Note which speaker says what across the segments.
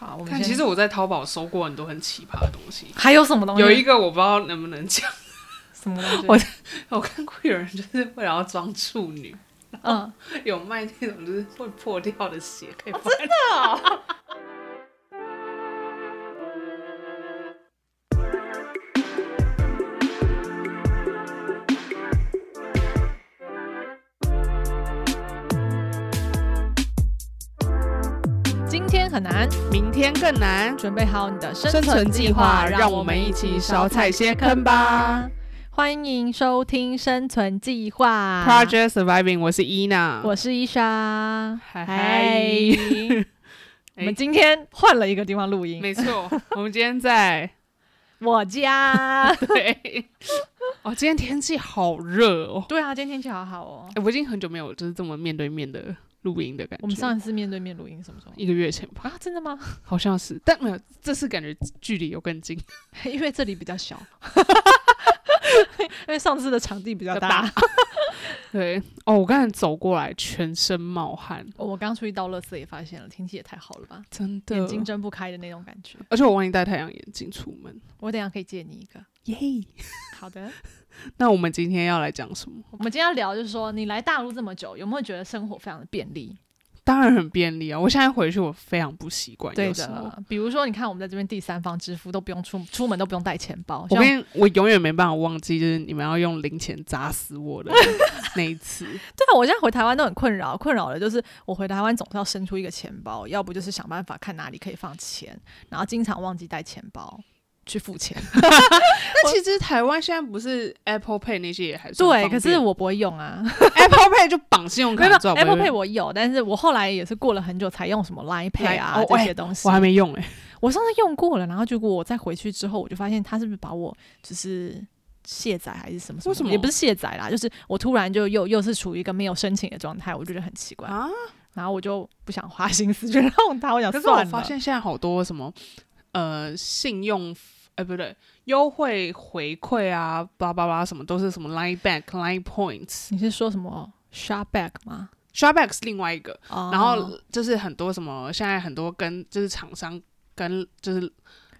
Speaker 1: 我们
Speaker 2: 看，
Speaker 1: 先
Speaker 2: 其实我在淘宝搜过很多很奇葩的东西，
Speaker 1: 还有什么东西？
Speaker 2: 有一个我不知道能不能讲，
Speaker 1: 什么东西？
Speaker 2: 我我看过有人就是为了要装处女，
Speaker 1: 嗯，
Speaker 2: 有卖那种就是会破掉的鞋，可以放在
Speaker 1: 今天很难，
Speaker 2: 明天更难。
Speaker 1: 准备好你的生
Speaker 2: 生存
Speaker 1: 存
Speaker 2: 计
Speaker 1: 计
Speaker 2: 划
Speaker 1: 划，
Speaker 2: 让我们一起少踩些坑吧！
Speaker 1: 欢迎收听《生存计划》
Speaker 2: Project Surviving，我是啊伊娜，
Speaker 1: 我是伊莎。
Speaker 2: 嗨
Speaker 1: 嗨，我们今天换了一个地方录音，
Speaker 2: 没错，我们今天在。
Speaker 1: 我家
Speaker 2: 对，哦，今天天气好热哦，
Speaker 1: 对啊，今天天气好好 哦。
Speaker 2: 哎，我已经很久没有就是这么面对面的录音的感觉，
Speaker 1: 我们上一次面对面录音什么时候？
Speaker 2: 一个月前吧，
Speaker 1: 啊，真的 吗？
Speaker 2: 好像是，但没有，这次感觉距离有更 近，
Speaker 1: 因为这里比较小， 因为上次的场地比较大。
Speaker 2: 比对，哦，我刚才走过来，全身冒汗，
Speaker 1: 我刚出去倒垃圾也发现了，天气也太好了吧，
Speaker 2: 真的，
Speaker 1: 眼睛睁不开的那种感觉。
Speaker 2: 而且我忘记戴太阳眼镜出门，
Speaker 1: 我等一下可以借你一个。
Speaker 2: 耶！
Speaker 1: 好的，
Speaker 2: 那我们今天要来讲什么？
Speaker 1: 我们今天要聊就是说，你来大陆这么久，有没有觉得生活非常的便利？
Speaker 2: 当然很便利啊！我现在回去我非常不习惯，有时候。
Speaker 1: 的，比如说你看我们在这边第三方支付都不用出出门都不用带钱包，
Speaker 2: 我
Speaker 1: 像
Speaker 2: 跟你我永远没办法忘记，就是你们要用零钱砸死我 的那一次。
Speaker 1: 对啊，我现在回台湾都很困扰，困扰的就是我回台湾总是要伸出一个钱包，要不就是想办法看哪里可以放钱，然后经常忘记带钱包去付 钱。
Speaker 2: 那其实台湾现在不是 Apple Pay 那些也还算
Speaker 1: 对，
Speaker 2: 方便
Speaker 1: 可是 我不会用啊，
Speaker 2: Apple Pay 就绑信用
Speaker 1: 没
Speaker 2: 卡
Speaker 1: 有没有
Speaker 2: 知道不
Speaker 1: Apple
Speaker 2: 会
Speaker 1: Pay 我有，但是我后来也是过了很久才用什么 Line Pay 啊、
Speaker 2: Line- 哦
Speaker 1: 这些东西。
Speaker 2: 我还没用哎、
Speaker 1: 我上次用过了，然后结果我再回去之后，我就发现他是不是把我就是卸载还是什么
Speaker 2: 为什么
Speaker 1: 也不是卸载啦，就是我突然就又又是处于一个没有申请的状态，我觉得很奇怪。
Speaker 2: 啊！
Speaker 1: 然后我就不想花心思去弄它，我想
Speaker 2: 可是我
Speaker 1: 啊算
Speaker 2: 发
Speaker 1: 了。
Speaker 2: 现现在好多什么呃信用呃不对优惠回馈啊，巴拉巴拉什么都是什么 Line Back Line Points。
Speaker 1: 你是说什么 shop back 吗？
Speaker 2: s h a r b a c k 是另外一个，
Speaker 1: 哦
Speaker 2: 然后就是很多什么，现在很多跟就是厂商跟就是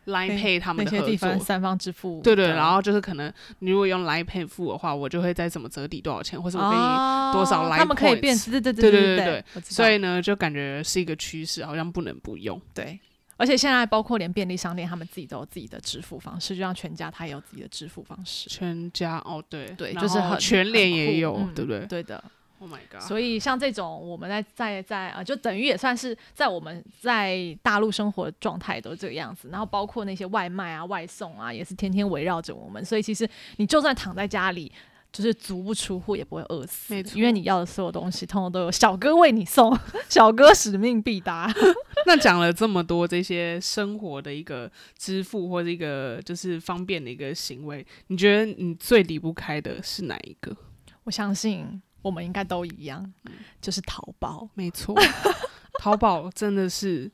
Speaker 2: Line
Speaker 1: 那
Speaker 2: Pay 他们
Speaker 1: 那
Speaker 2: 的
Speaker 1: 些
Speaker 2: 合
Speaker 1: 地方
Speaker 2: 作。
Speaker 1: 三方支付的，
Speaker 2: 对对，然后就是可能你如果用 Line Pay 付的话，我就会在什么折抵多少钱，或者我给你。
Speaker 1: 哦
Speaker 2: 多少 line
Speaker 1: 他们可以变
Speaker 2: points
Speaker 1: 对对
Speaker 2: 对
Speaker 1: 对
Speaker 2: 对
Speaker 1: 对
Speaker 2: 对对
Speaker 1: 对，我知道
Speaker 2: 所以呢，就感觉是一个趋势，好像不能不用。
Speaker 1: 对。而且现在包括连便利商店，他们自己都有自己的支付方式，就像全家，他也有自己的支付方式。
Speaker 2: 全家哦，对
Speaker 1: 对
Speaker 2: 然
Speaker 1: 就是
Speaker 2: 后
Speaker 1: 很
Speaker 2: 全联
Speaker 1: 很
Speaker 2: 也
Speaker 1: 酷
Speaker 2: 有，
Speaker 1: 嗯
Speaker 2: 对不对
Speaker 1: 对的，
Speaker 2: ？Oh my god！
Speaker 1: 所以像这种我们在在在啊、呃，就等于也算是在我们在大陆生活状态都这个样子。然后包括那些外卖啊、外送啊，也是天天围绕着我们。所以其实你就算躺在家里，就是足不出户也不会饿死，
Speaker 2: 没错
Speaker 1: 因为你要的所有东西通通都有小哥为你送， 小哥使命必达。
Speaker 2: 那讲了这么多这些生活的一个支付或者一个就是方便的一个行为，你觉得你最离不开的是哪一个？
Speaker 1: 我相信我们应该都一样，
Speaker 2: 嗯
Speaker 1: 就是淘 宝
Speaker 2: 没错， 淘宝真的是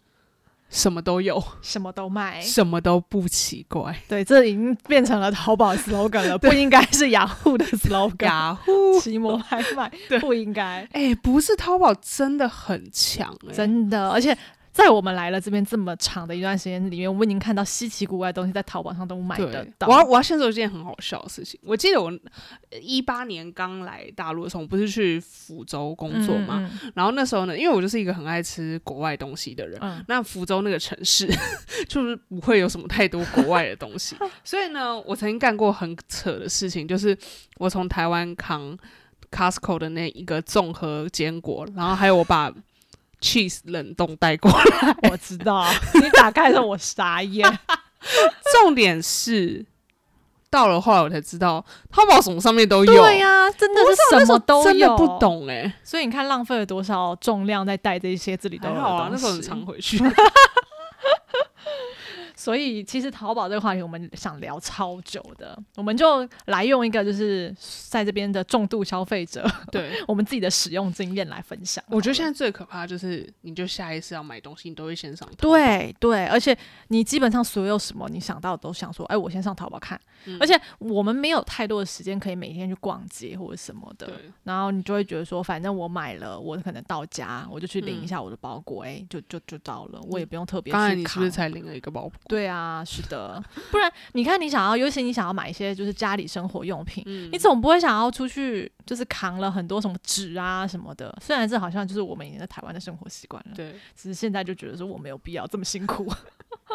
Speaker 2: 什么都有，
Speaker 1: 什么都卖。
Speaker 2: 什么都不奇怪。
Speaker 1: 对，这已经变成了淘宝 slogan 了，不应该是雅虎的 slogan。
Speaker 2: 雅虎，
Speaker 1: 骑摩拍卖
Speaker 2: 对
Speaker 1: 不应该，
Speaker 2: 哎、不是淘宝真的很强、哎，
Speaker 1: 真的，而且。在我们来了这边这么长的一段时间里面，我已经看到稀奇古怪的东西在淘宝上都买得
Speaker 2: 对，
Speaker 1: 到。
Speaker 2: 我要我要先说一件很好笑的事情。我记得我一八年刚来大陆的时候，我不是去福州工作嘛，
Speaker 1: 嗯？嗯
Speaker 2: 然后那时候呢，因为我就是一个很爱吃国外东西的人，
Speaker 1: 嗯
Speaker 2: 那福州那个城市 就是不会有什么太多国外的东 西，所以呢，我曾经干过很扯的事情，就是我从台湾扛 Costco 的那一个综合坚果，然后还有我把 cheese 冷冻带过来。
Speaker 1: 嗯我知道，你打开的时候我傻眼。
Speaker 2: 啊重点是，到了后来我才知道，淘宝什么上面都有，
Speaker 1: 对呀、真的是什么都有，
Speaker 2: 真的不。懂哎、
Speaker 1: 所以你看，浪费了多少啊重量在带这些这里都有
Speaker 2: 还啊
Speaker 1: 的
Speaker 2: 好啊，那
Speaker 1: 东
Speaker 2: 时候很
Speaker 1: 西
Speaker 2: 常回去。
Speaker 1: 所以其实淘宝这个话题我们想聊超久的，我们就来用一个就是在这边的重度消费者，
Speaker 2: 对，
Speaker 1: 我们自己的使用经验来分享。
Speaker 2: 我觉
Speaker 1: 好
Speaker 2: 得
Speaker 1: 了
Speaker 2: 现在最可怕的就是，你就下意识要买东西，你都会先上淘宝，
Speaker 1: 对对，而且你基本上所有什么你想到的都想说，哎，我先上淘宝看。
Speaker 2: 嗯
Speaker 1: 而且我们没有太多的时间可以每天去逛街或者什么的，
Speaker 2: 对
Speaker 1: 然后你就会觉得说，反正我买了，我可能到家我就去
Speaker 2: 嗯
Speaker 1: 领一下我的包裹，哎、就就就到了，我也不用特别去
Speaker 2: 刚嗯才你是
Speaker 1: 扛
Speaker 2: 不是才领了一个包裹？
Speaker 1: 对啊，是的，不然你看你想要，尤其你想要买一些就是家里生活用品，
Speaker 2: 嗯
Speaker 1: 你总不会想要出去就是扛了很多什么纸啊什么的。虽然这好像就是我们已经在台湾的生活习惯了，
Speaker 2: 对，
Speaker 1: 只是现在就觉得说我没有必要这么辛苦。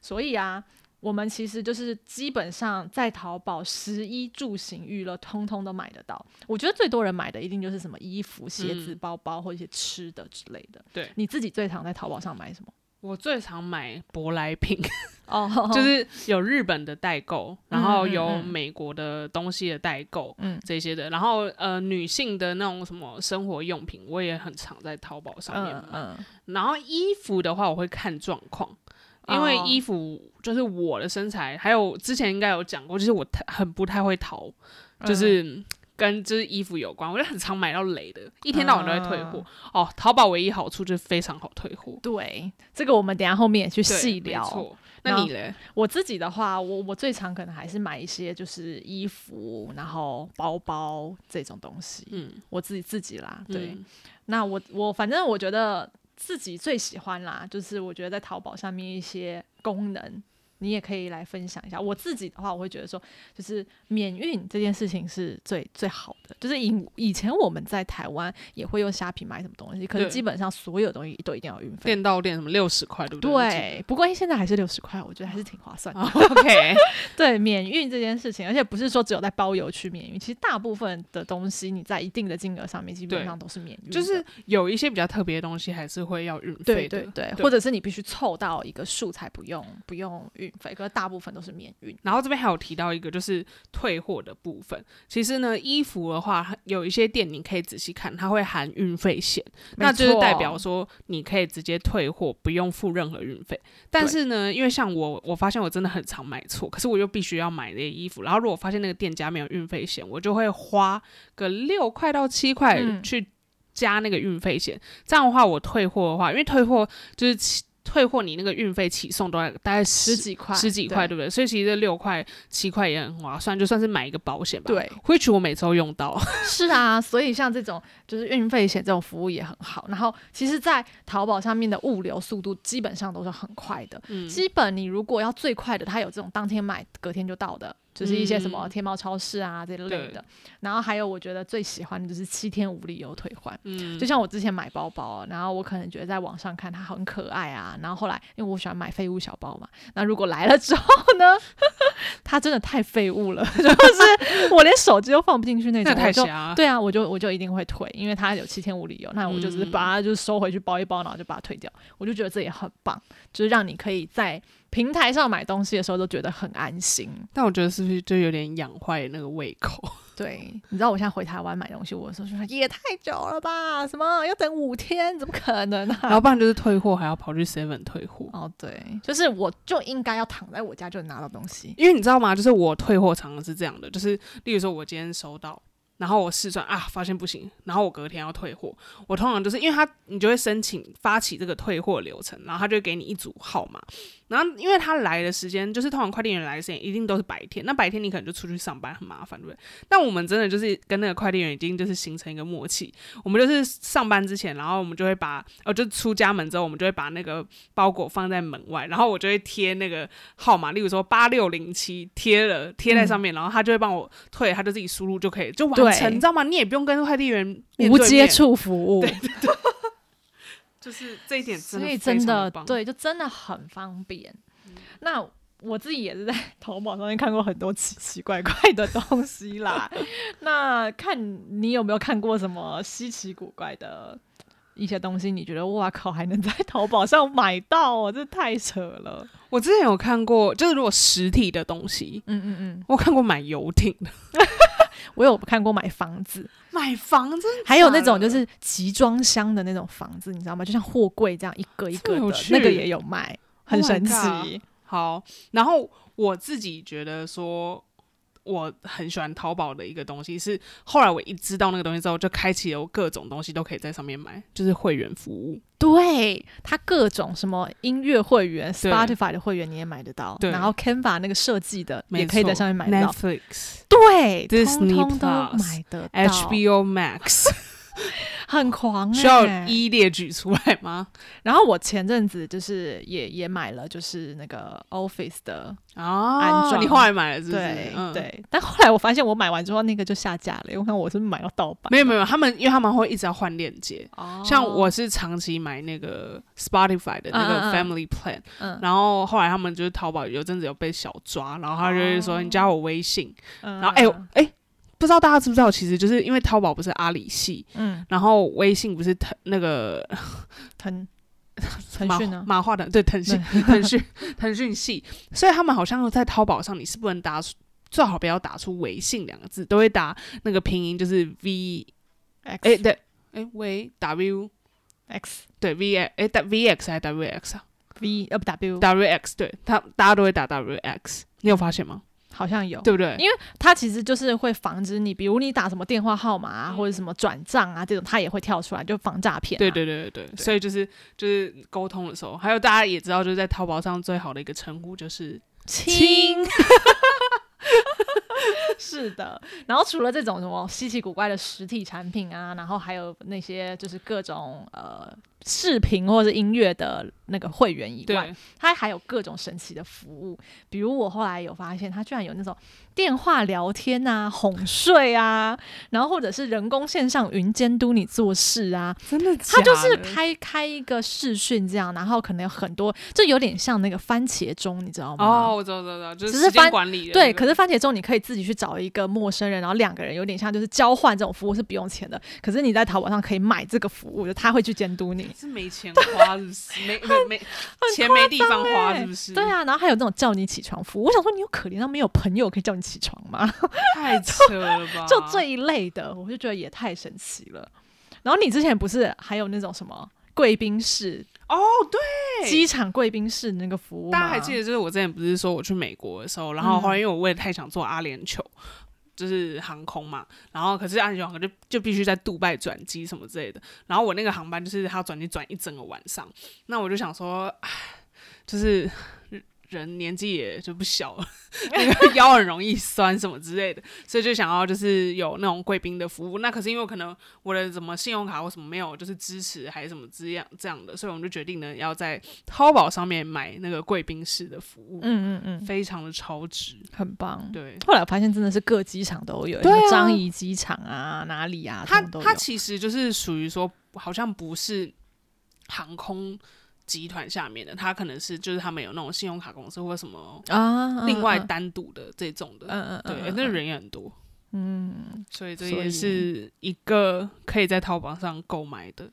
Speaker 1: 所以啊，我们其实就是基本上在淘宝食衣住行娱乐通通都买得到。我觉得最多人买的一定就是什么衣服、鞋子、
Speaker 2: 嗯
Speaker 1: 包包或一些吃的之类的。
Speaker 2: 对
Speaker 1: 你自己最常在淘宝上买什么？
Speaker 2: 我最常买舶 来品，
Speaker 1: 哦，
Speaker 2: 就是有日本的代购，然后
Speaker 1: 嗯嗯
Speaker 2: 有
Speaker 1: 嗯
Speaker 2: 美国的东西的代购。
Speaker 1: 嗯。
Speaker 2: 这些的，然后呃，女性的那种什么生活用品，我也很常在淘宝上面买。
Speaker 1: 嗯
Speaker 2: 然后衣服的话，我会看状况，因为
Speaker 1: 哦
Speaker 2: 衣服就是我的身材，还有之前应该有讲过，就是我太很不太会淘，
Speaker 1: 嗯
Speaker 2: 就是跟就是衣服有关，我就很常买到雷的，一天到晚都在
Speaker 1: 嗯
Speaker 2: 退货。哦，淘宝唯一好处就是非常好退货，
Speaker 1: 对，这个我们等一下后面也去
Speaker 2: 对
Speaker 1: 细
Speaker 2: 没
Speaker 1: 聊。
Speaker 2: 错那你嘞？
Speaker 1: 我自己的话，我我最常可能还是买一些就是衣服，然后包包这种东西，
Speaker 2: 嗯，
Speaker 1: 我自己自己啦。对，
Speaker 2: 嗯，
Speaker 1: 那我我反正我觉得自己最喜欢啦，就是我觉得在淘宝上面一些功能，你也可以来分享一下。我自己的话，我会觉得说，就是免运这件事情是最最好的。就是以以前我们在台湾也会用虾皮买什么东西，可是
Speaker 2: 对
Speaker 1: 基本上所有东西都一定要运费。
Speaker 2: 店到店什么六十块，对不我记得
Speaker 1: 对，不过现在还是六十块，我觉得还是挺划算的。
Speaker 2: 啊 OK，
Speaker 1: 对，免运这件事情，而且不是说只有在包邮区免运，其实大部分的东西你在一定的金额上面基本
Speaker 2: 对
Speaker 1: 上都是免运的，
Speaker 2: 就是有一些比较特别的东西，还是会要运费
Speaker 1: 对
Speaker 2: 的。
Speaker 1: 对对，或者是你必须凑到一个数才不用不用运费，可是大部分都是免运。
Speaker 2: 然后这边还有提到一个就是退货的部分。其实呢，衣服的话，有一些店你可以仔细看，它会含运费险，那就是代表说你可以直接退货，不用付任何运费。但是呢，因为像我，我发现我真的很常买错，可是我又必须要买这些衣服。然后如果发现那个店家没有运费险，我就会花个六块到七块
Speaker 1: 嗯
Speaker 2: 去加那个运费险。这样的话，我退货的话，因为退货就是起退货，你那个运费起送都在大概
Speaker 1: 十
Speaker 2: 十
Speaker 1: 几块，
Speaker 2: 十几块，对不对？所以其实这六块、七块也很划算，就算是买一个保险吧。
Speaker 1: 对
Speaker 2: ，which 我每周用到。
Speaker 1: 是啊，所以像这种就是运费险这种服务也很好。然后其实，在淘宝上面的物流速度基本上都是很快的，
Speaker 2: 嗯，
Speaker 1: 基本你如果要最快的，它有这种当天买隔天就到的，就是一些什么
Speaker 2: 嗯
Speaker 1: 天猫超市啊这类的。然后还有我觉得最喜欢的就是七天无理由退换。
Speaker 2: 嗯，
Speaker 1: 就像我之前买包包，然后我可能觉得在网上看它很可爱啊，然后后来因为我喜欢买废物小包嘛，那如果来了之后呢， 它真的太废物了， 就是我连手机都放不进去那种，
Speaker 2: 那太
Speaker 1: 我就
Speaker 2: 瞎。
Speaker 1: 对啊，我就我就一定会退，因为它有七天无理由，那我就
Speaker 2: 嗯
Speaker 1: 只是把它就是收回去包一包，然后就把它退掉。我就觉得这也很棒，就是让你可以在平台上买东西的时候都觉得很安心。
Speaker 2: 但我觉得是不是就有点养坏那个胃口？
Speaker 1: 对，你知道我现在回台湾买东西，我的时候就说也太久了吧，什么要等五天，怎么可能
Speaker 2: 然
Speaker 1: 啊？
Speaker 2: 后不然就是退货还要跑去 Seven 退货，
Speaker 1: 哦，对，就是我就应该要躺在我家就能拿到东西。
Speaker 2: 因为你知道吗？就是我退货常常是这样的，就是例如说我今天收到。然后我试算啊，发现不行，然后我隔天要退货。我通常就是因为他，你就会申请发起这个退货流程，然后他就会给你一组号码。然后因为他来的时间，就是通常快递员来的时间一定都是白天，那白天你可能就出去上班很麻烦，对不对？但我们真的就是跟那个快递员已经就是形成一个默契，我们就是上班之前，然后我们就会把哦，就出家门之后，我们就会把那个包裹放在门外，然后我就会贴那个号码，例如说八六零七贴了贴在上面，然后他就会帮我退，他就自己输入就可以就完成，
Speaker 1: 对
Speaker 2: 你知道吗？你也不用跟快递员面
Speaker 1: 无
Speaker 2: 对
Speaker 1: 接
Speaker 2: 面，
Speaker 1: 触服务，
Speaker 2: 就是这一点真
Speaker 1: 所
Speaker 2: 的
Speaker 1: 以
Speaker 2: 非
Speaker 1: 真
Speaker 2: 常
Speaker 1: 的
Speaker 2: 棒，
Speaker 1: 对，就真的很方便。那我自己也是在淘宝上面看过很多奇奇怪怪的东西啦。那看你有没有看过什么稀奇古怪的一些东西？你觉得哇靠，还能在淘宝上买到哦，这太扯了。
Speaker 2: 我之前有看过，就是如果实体的东西，
Speaker 1: 嗯嗯嗯，
Speaker 2: 我看过买游艇的，
Speaker 1: 我有看过买房子，
Speaker 2: 买房子
Speaker 1: 还有那种就是集装箱的那种房子，你知道吗？就像货柜这样一个一
Speaker 2: 这么
Speaker 1: 个
Speaker 2: 有
Speaker 1: 的，那个
Speaker 2: 趣
Speaker 1: 也有卖，很
Speaker 2: Oh my
Speaker 1: 神
Speaker 2: god
Speaker 1: 奇。
Speaker 2: 好，然后我自己觉得说，我很喜欢淘宝的一个东西是，后来我一知道那个东西之后，就开启了我各种东西都可以在上面买，就是会员服务。
Speaker 1: 对它各种什么音乐会员、
Speaker 2: 对
Speaker 1: Spotify 的会员你也买得到，
Speaker 2: 对
Speaker 1: 然后 Canva 那个设计的
Speaker 2: 没
Speaker 1: 也可以在
Speaker 2: 错
Speaker 1: 上面买得到，
Speaker 2: Netflix、
Speaker 1: 对，通
Speaker 2: Disney
Speaker 1: 通都
Speaker 2: Plus
Speaker 1: 买得到
Speaker 2: HBO Max
Speaker 1: 很狂、欸，
Speaker 2: 需要一一列举出来吗？
Speaker 1: 然后我前阵子就是也也买了，就是那个 Office 的，安
Speaker 2: 啊，
Speaker 1: 装
Speaker 2: 你后来买了是不是？
Speaker 1: 对、
Speaker 2: 嗯、。
Speaker 1: 对。但后来我发现我买完之后那个就下架了，我看我是不是买到盗版。
Speaker 2: 没有没有，他们因为他们会一直要换链接，
Speaker 1: 哦
Speaker 2: 像我是长期买那个 Spotify 的那
Speaker 1: 嗯嗯
Speaker 2: 个
Speaker 1: 嗯
Speaker 2: Family Plan，、
Speaker 1: 嗯
Speaker 2: 然后后来他们就是淘宝有阵子有被小抓，然后他就会说
Speaker 1: 哦
Speaker 2: 你加我微信，
Speaker 1: 嗯，
Speaker 2: 然后哎呦哎、不知道大家知不知道，其实就是因为淘宝不是阿里系，
Speaker 1: 嗯，
Speaker 2: 然后微信不是腾那个
Speaker 1: 腾 腾
Speaker 2: 马
Speaker 1: 讯啊呢？
Speaker 2: 马化腾对腾讯腾讯 腾讯系，所以他们好像在淘宝上你是不能打出，最好不要打出微信两个字，都会打那个拼音就是 V
Speaker 1: 哎
Speaker 2: 哎、对哎、喂 W
Speaker 1: X
Speaker 2: 对 V 哎、打 V X 还是 W X 啊
Speaker 1: V 呃不 W
Speaker 2: W X 对他大家都会打 W X，你有发现吗？
Speaker 1: 好像有，
Speaker 2: 对不对？
Speaker 1: 因为它其实就是会防止你，比如你打什么电话号码啊，
Speaker 2: 嗯
Speaker 1: 或者什么转账啊这种，它也会跳出来，就防诈骗、啊。
Speaker 2: 对对对对对，所以就是就是沟通的时候，还有大家也知道，就是在淘宝上最好的一个称呼就是
Speaker 1: 亲， 是的。然后除了这种什么稀奇古怪的实体产品啊，然后还有那些就是各种呃视频或者音乐的那个会员以外，
Speaker 2: 对
Speaker 1: 它还有各种神奇的服务。比如我后来有发现，它居然有那种电话聊天啊、哄睡啊，然后或者是人工线上云监督你做事啊，
Speaker 2: 真的
Speaker 1: 他就是
Speaker 2: 假的
Speaker 1: 开开一个视讯这样，然后可能有很多，就有点像那个番茄钟，你知道吗？
Speaker 2: 哦，我知道知道知道，就
Speaker 1: 只
Speaker 2: 是
Speaker 1: 是
Speaker 2: 时
Speaker 1: 翻
Speaker 2: 间管理的
Speaker 1: 对，
Speaker 2: 那个
Speaker 1: 可是番茄钟你可以自己去找一个陌生人，然后两个人有点像就是交换这种服务是不用钱的，可是你在淘宝上可以买这个服务，就他会去监督你。
Speaker 2: 是没钱花，是不是？没没 没钱没地方花，
Speaker 1: 欸
Speaker 2: 是不是？
Speaker 1: 对，啊，然后还有那种叫你起床服务，我想说你有可怜到没有朋友可以叫你起床吗？
Speaker 2: 太扯了 吧！
Speaker 1: 就哦这一类的，我就觉得也太神奇了。 然后你之前不是还有那种什么贵宾室、
Speaker 2: 哦，对，
Speaker 1: 机场贵宾室那个服务吗？
Speaker 2: 大家还记得，就是我之前不是说我去美国的时候，然后后来因为我为了太想坐阿联酋。就是航空嘛，然后可是阿联酋航空就就必须在杜拜转机什么之类的，然后我那个航班就是它转机转一整个晚上，那我就想说，唉就是人年纪也就不小了，那个腰很容易酸什么之类的，所以就想要就是有那种贵宾的服务。那可是因为我可能我的什么信用卡或什么没有就是支持还是什么这样这样的，所以我们就决定呢要在淘宝上面买那个贵宾室的服务，
Speaker 1: 嗯嗯啊嗯，
Speaker 2: 非常的超值。
Speaker 1: 很棒。
Speaker 2: 对，
Speaker 1: 后来我发现真的是各机场都有，
Speaker 2: 对啊
Speaker 1: 什么樟宜机场啊，哪里啊，
Speaker 2: 它
Speaker 1: 通通都有
Speaker 2: 它其实就是属于说好像不是航空集团下面的，它可能是就是他们有那种信用卡公司或什么
Speaker 1: 啊，
Speaker 2: 另外
Speaker 1: 嗯
Speaker 2: 单独的这种的。
Speaker 1: 嗯嗯，
Speaker 2: 对，
Speaker 1: 嗯
Speaker 2: 那人也很多，
Speaker 1: 嗯，
Speaker 2: 所以这
Speaker 1: 所
Speaker 2: 也
Speaker 1: 以
Speaker 2: 是一个可以在淘宝上购买的。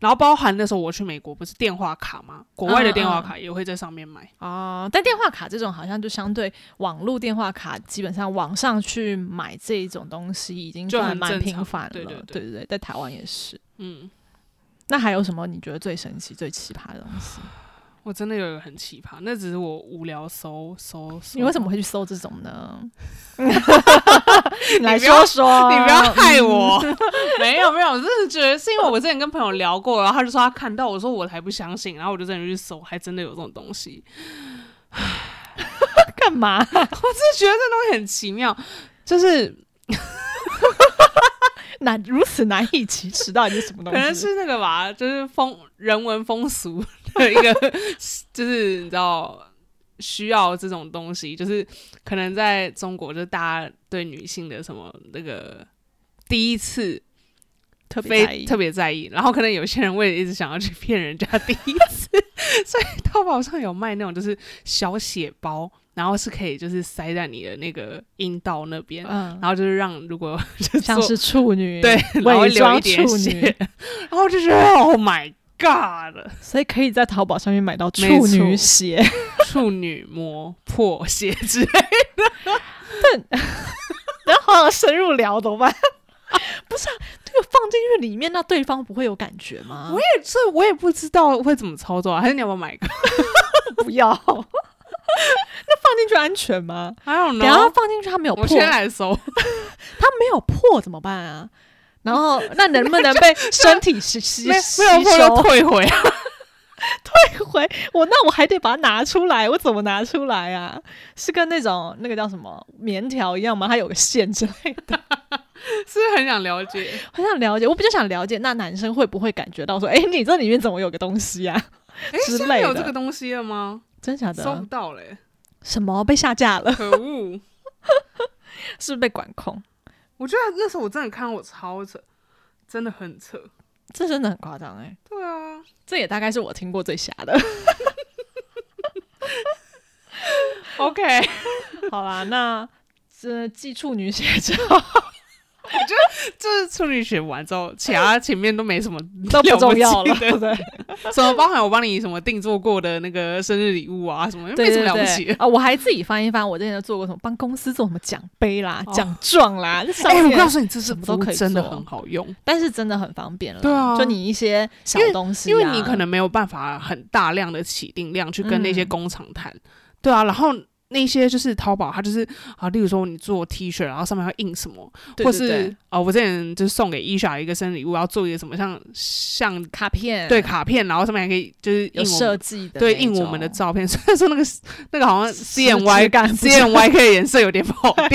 Speaker 2: 然后包含那时候我去美国，不是电话卡吗？国外的
Speaker 1: 嗯
Speaker 2: 电话卡也会在上面买。
Speaker 1: 哦，但电话卡这种好像就相对网络电话卡，基本上网上去买这一种东西已经
Speaker 2: 就
Speaker 1: 算
Speaker 2: 很
Speaker 1: 蛮
Speaker 2: 正常
Speaker 1: 频繁了，
Speaker 2: 对对
Speaker 1: 对
Speaker 2: 对
Speaker 1: 对，在台湾也是。
Speaker 2: 嗯，
Speaker 1: 那还有什么你觉得最神奇、最奇葩的东 西？
Speaker 2: 我真的有一个很奇葩，那只是我无聊搜搜搜。
Speaker 1: 你为什么会去搜这种 呢？你
Speaker 2: 不要
Speaker 1: 来说说，
Speaker 2: 你不要 害我！没有没有，我真的觉得是因为我之前跟朋友聊过，然后他就说他看到，我说我才不相信，然后我就真的去搜，还真的有这种东西，
Speaker 1: 嗯干嘛？
Speaker 2: 就觉得这东西很奇妙，就是
Speaker 1: 难如此难以启齿，到底是什么东
Speaker 2: 可
Speaker 1: 西？
Speaker 2: 能是那个吧，就是风人文风俗的一个， 就是你知道需要这种东西，就是可能在中国，就是大家对女性的什么那个第一次
Speaker 1: 特别在
Speaker 2: 非
Speaker 1: 意
Speaker 2: 特别在意，然后可能有些人为了一直想要去骗人家第一次， 所以淘宝上有卖那种就是小血包，然后是可以就是塞在你的那个阴道那边，
Speaker 1: 嗯
Speaker 2: 然后就是让如果 就是
Speaker 1: 像
Speaker 2: 做
Speaker 1: 是处女，
Speaker 2: 对，然后
Speaker 1: 伪
Speaker 2: 会流
Speaker 1: 装
Speaker 2: 一点
Speaker 1: 处
Speaker 2: 血
Speaker 1: 女，，
Speaker 2: 然后我就觉得 Oh my God，
Speaker 1: 所以可以在淘宝上面买到
Speaker 2: 没
Speaker 1: 处女
Speaker 2: 错
Speaker 1: 鞋。
Speaker 2: 处女膜破血之类的，
Speaker 1: 然后好好深入聊怎么 办？不是啊，这个放进去里面，那对方不会有感觉吗？
Speaker 2: 我也这我也不知道会怎么操作、啊，还是你要不要买一个？
Speaker 1: 也不要，放进去安全吗？
Speaker 2: 还有
Speaker 1: 等一下它
Speaker 2: 呢，
Speaker 1: 放进去它没有
Speaker 2: 我
Speaker 1: 破，
Speaker 2: 先来搜，
Speaker 1: 它没有破怎么办啊？然 后那能不能被身体吸吸
Speaker 2: 没
Speaker 1: 吸
Speaker 2: 没有破就
Speaker 1: 收
Speaker 2: 退回啊。
Speaker 1: 回？我那我还得把它拿出来，我怎么拿出来啊？是跟那种那个叫什么棉条一样吗？它有个线之类的。
Speaker 2: 是不是很想了解，
Speaker 1: 很想了解，我比较想了解那男生会不会感觉到说，哎、 你这里面怎么有个东西 啊？
Speaker 2: 哎，
Speaker 1: 之
Speaker 2: 现在
Speaker 1: 类
Speaker 2: 有
Speaker 1: 的
Speaker 2: 这个东西了吗？
Speaker 1: 真假的
Speaker 2: 搜不
Speaker 1: 啊？
Speaker 2: 到嘞，
Speaker 1: 什么被下架 了？
Speaker 2: 可恶！
Speaker 1: 是不是被管控？
Speaker 2: 我觉得那时候我真的看我超扯，真的很扯。
Speaker 1: 这真的很夸张哎，
Speaker 2: 对啊，
Speaker 1: 这也大概是我听过最瞎 的。
Speaker 2: OK，
Speaker 1: 好啦，那这寄处女写照
Speaker 2: 就是处女血完之后，其他前面都没什么
Speaker 1: 都不重要了，
Speaker 2: 了不起
Speaker 1: 对不对？
Speaker 2: 的，什么包含我帮你什么定做过的那个生日礼物啊，什么没
Speaker 1: 对
Speaker 2: 什么
Speaker 1: 对
Speaker 2: 了不
Speaker 1: 对
Speaker 2: 起的。
Speaker 1: 啊！我还自己翻一翻，我之前做过什么，帮公司做什么奖杯啦、
Speaker 2: 哦
Speaker 1: 奖状啦， 那上
Speaker 2: 哎、我
Speaker 1: 面
Speaker 2: 告诉你，这是
Speaker 1: 什么都可以
Speaker 2: 真的
Speaker 1: 做
Speaker 2: 很好用，
Speaker 1: 但是真的很方便了。
Speaker 2: 对啊
Speaker 1: 就你一些小东西、啊
Speaker 2: 因为你可能没有办法很大量的起定量去跟那些
Speaker 1: 嗯
Speaker 2: 工厂谈，对啊，然后。那些就是淘宝，它就是啊，例如说你做 T 恤，然后上面会印什么，
Speaker 1: 对
Speaker 2: 或
Speaker 1: 对对
Speaker 2: 是啊、我之前就是送给伊莎一个生日礼物，要做一个什么像像
Speaker 1: 卡片
Speaker 2: 对卡片，然后上面还可以就是印
Speaker 1: 有
Speaker 2: 我们
Speaker 1: 设计的那种，
Speaker 2: 对，印我们的照片。 虽然说那个那个好像 C N
Speaker 1: 质
Speaker 2: Y
Speaker 1: 感不
Speaker 2: C
Speaker 1: 是
Speaker 2: N Y 可以颜色有点跑 掉，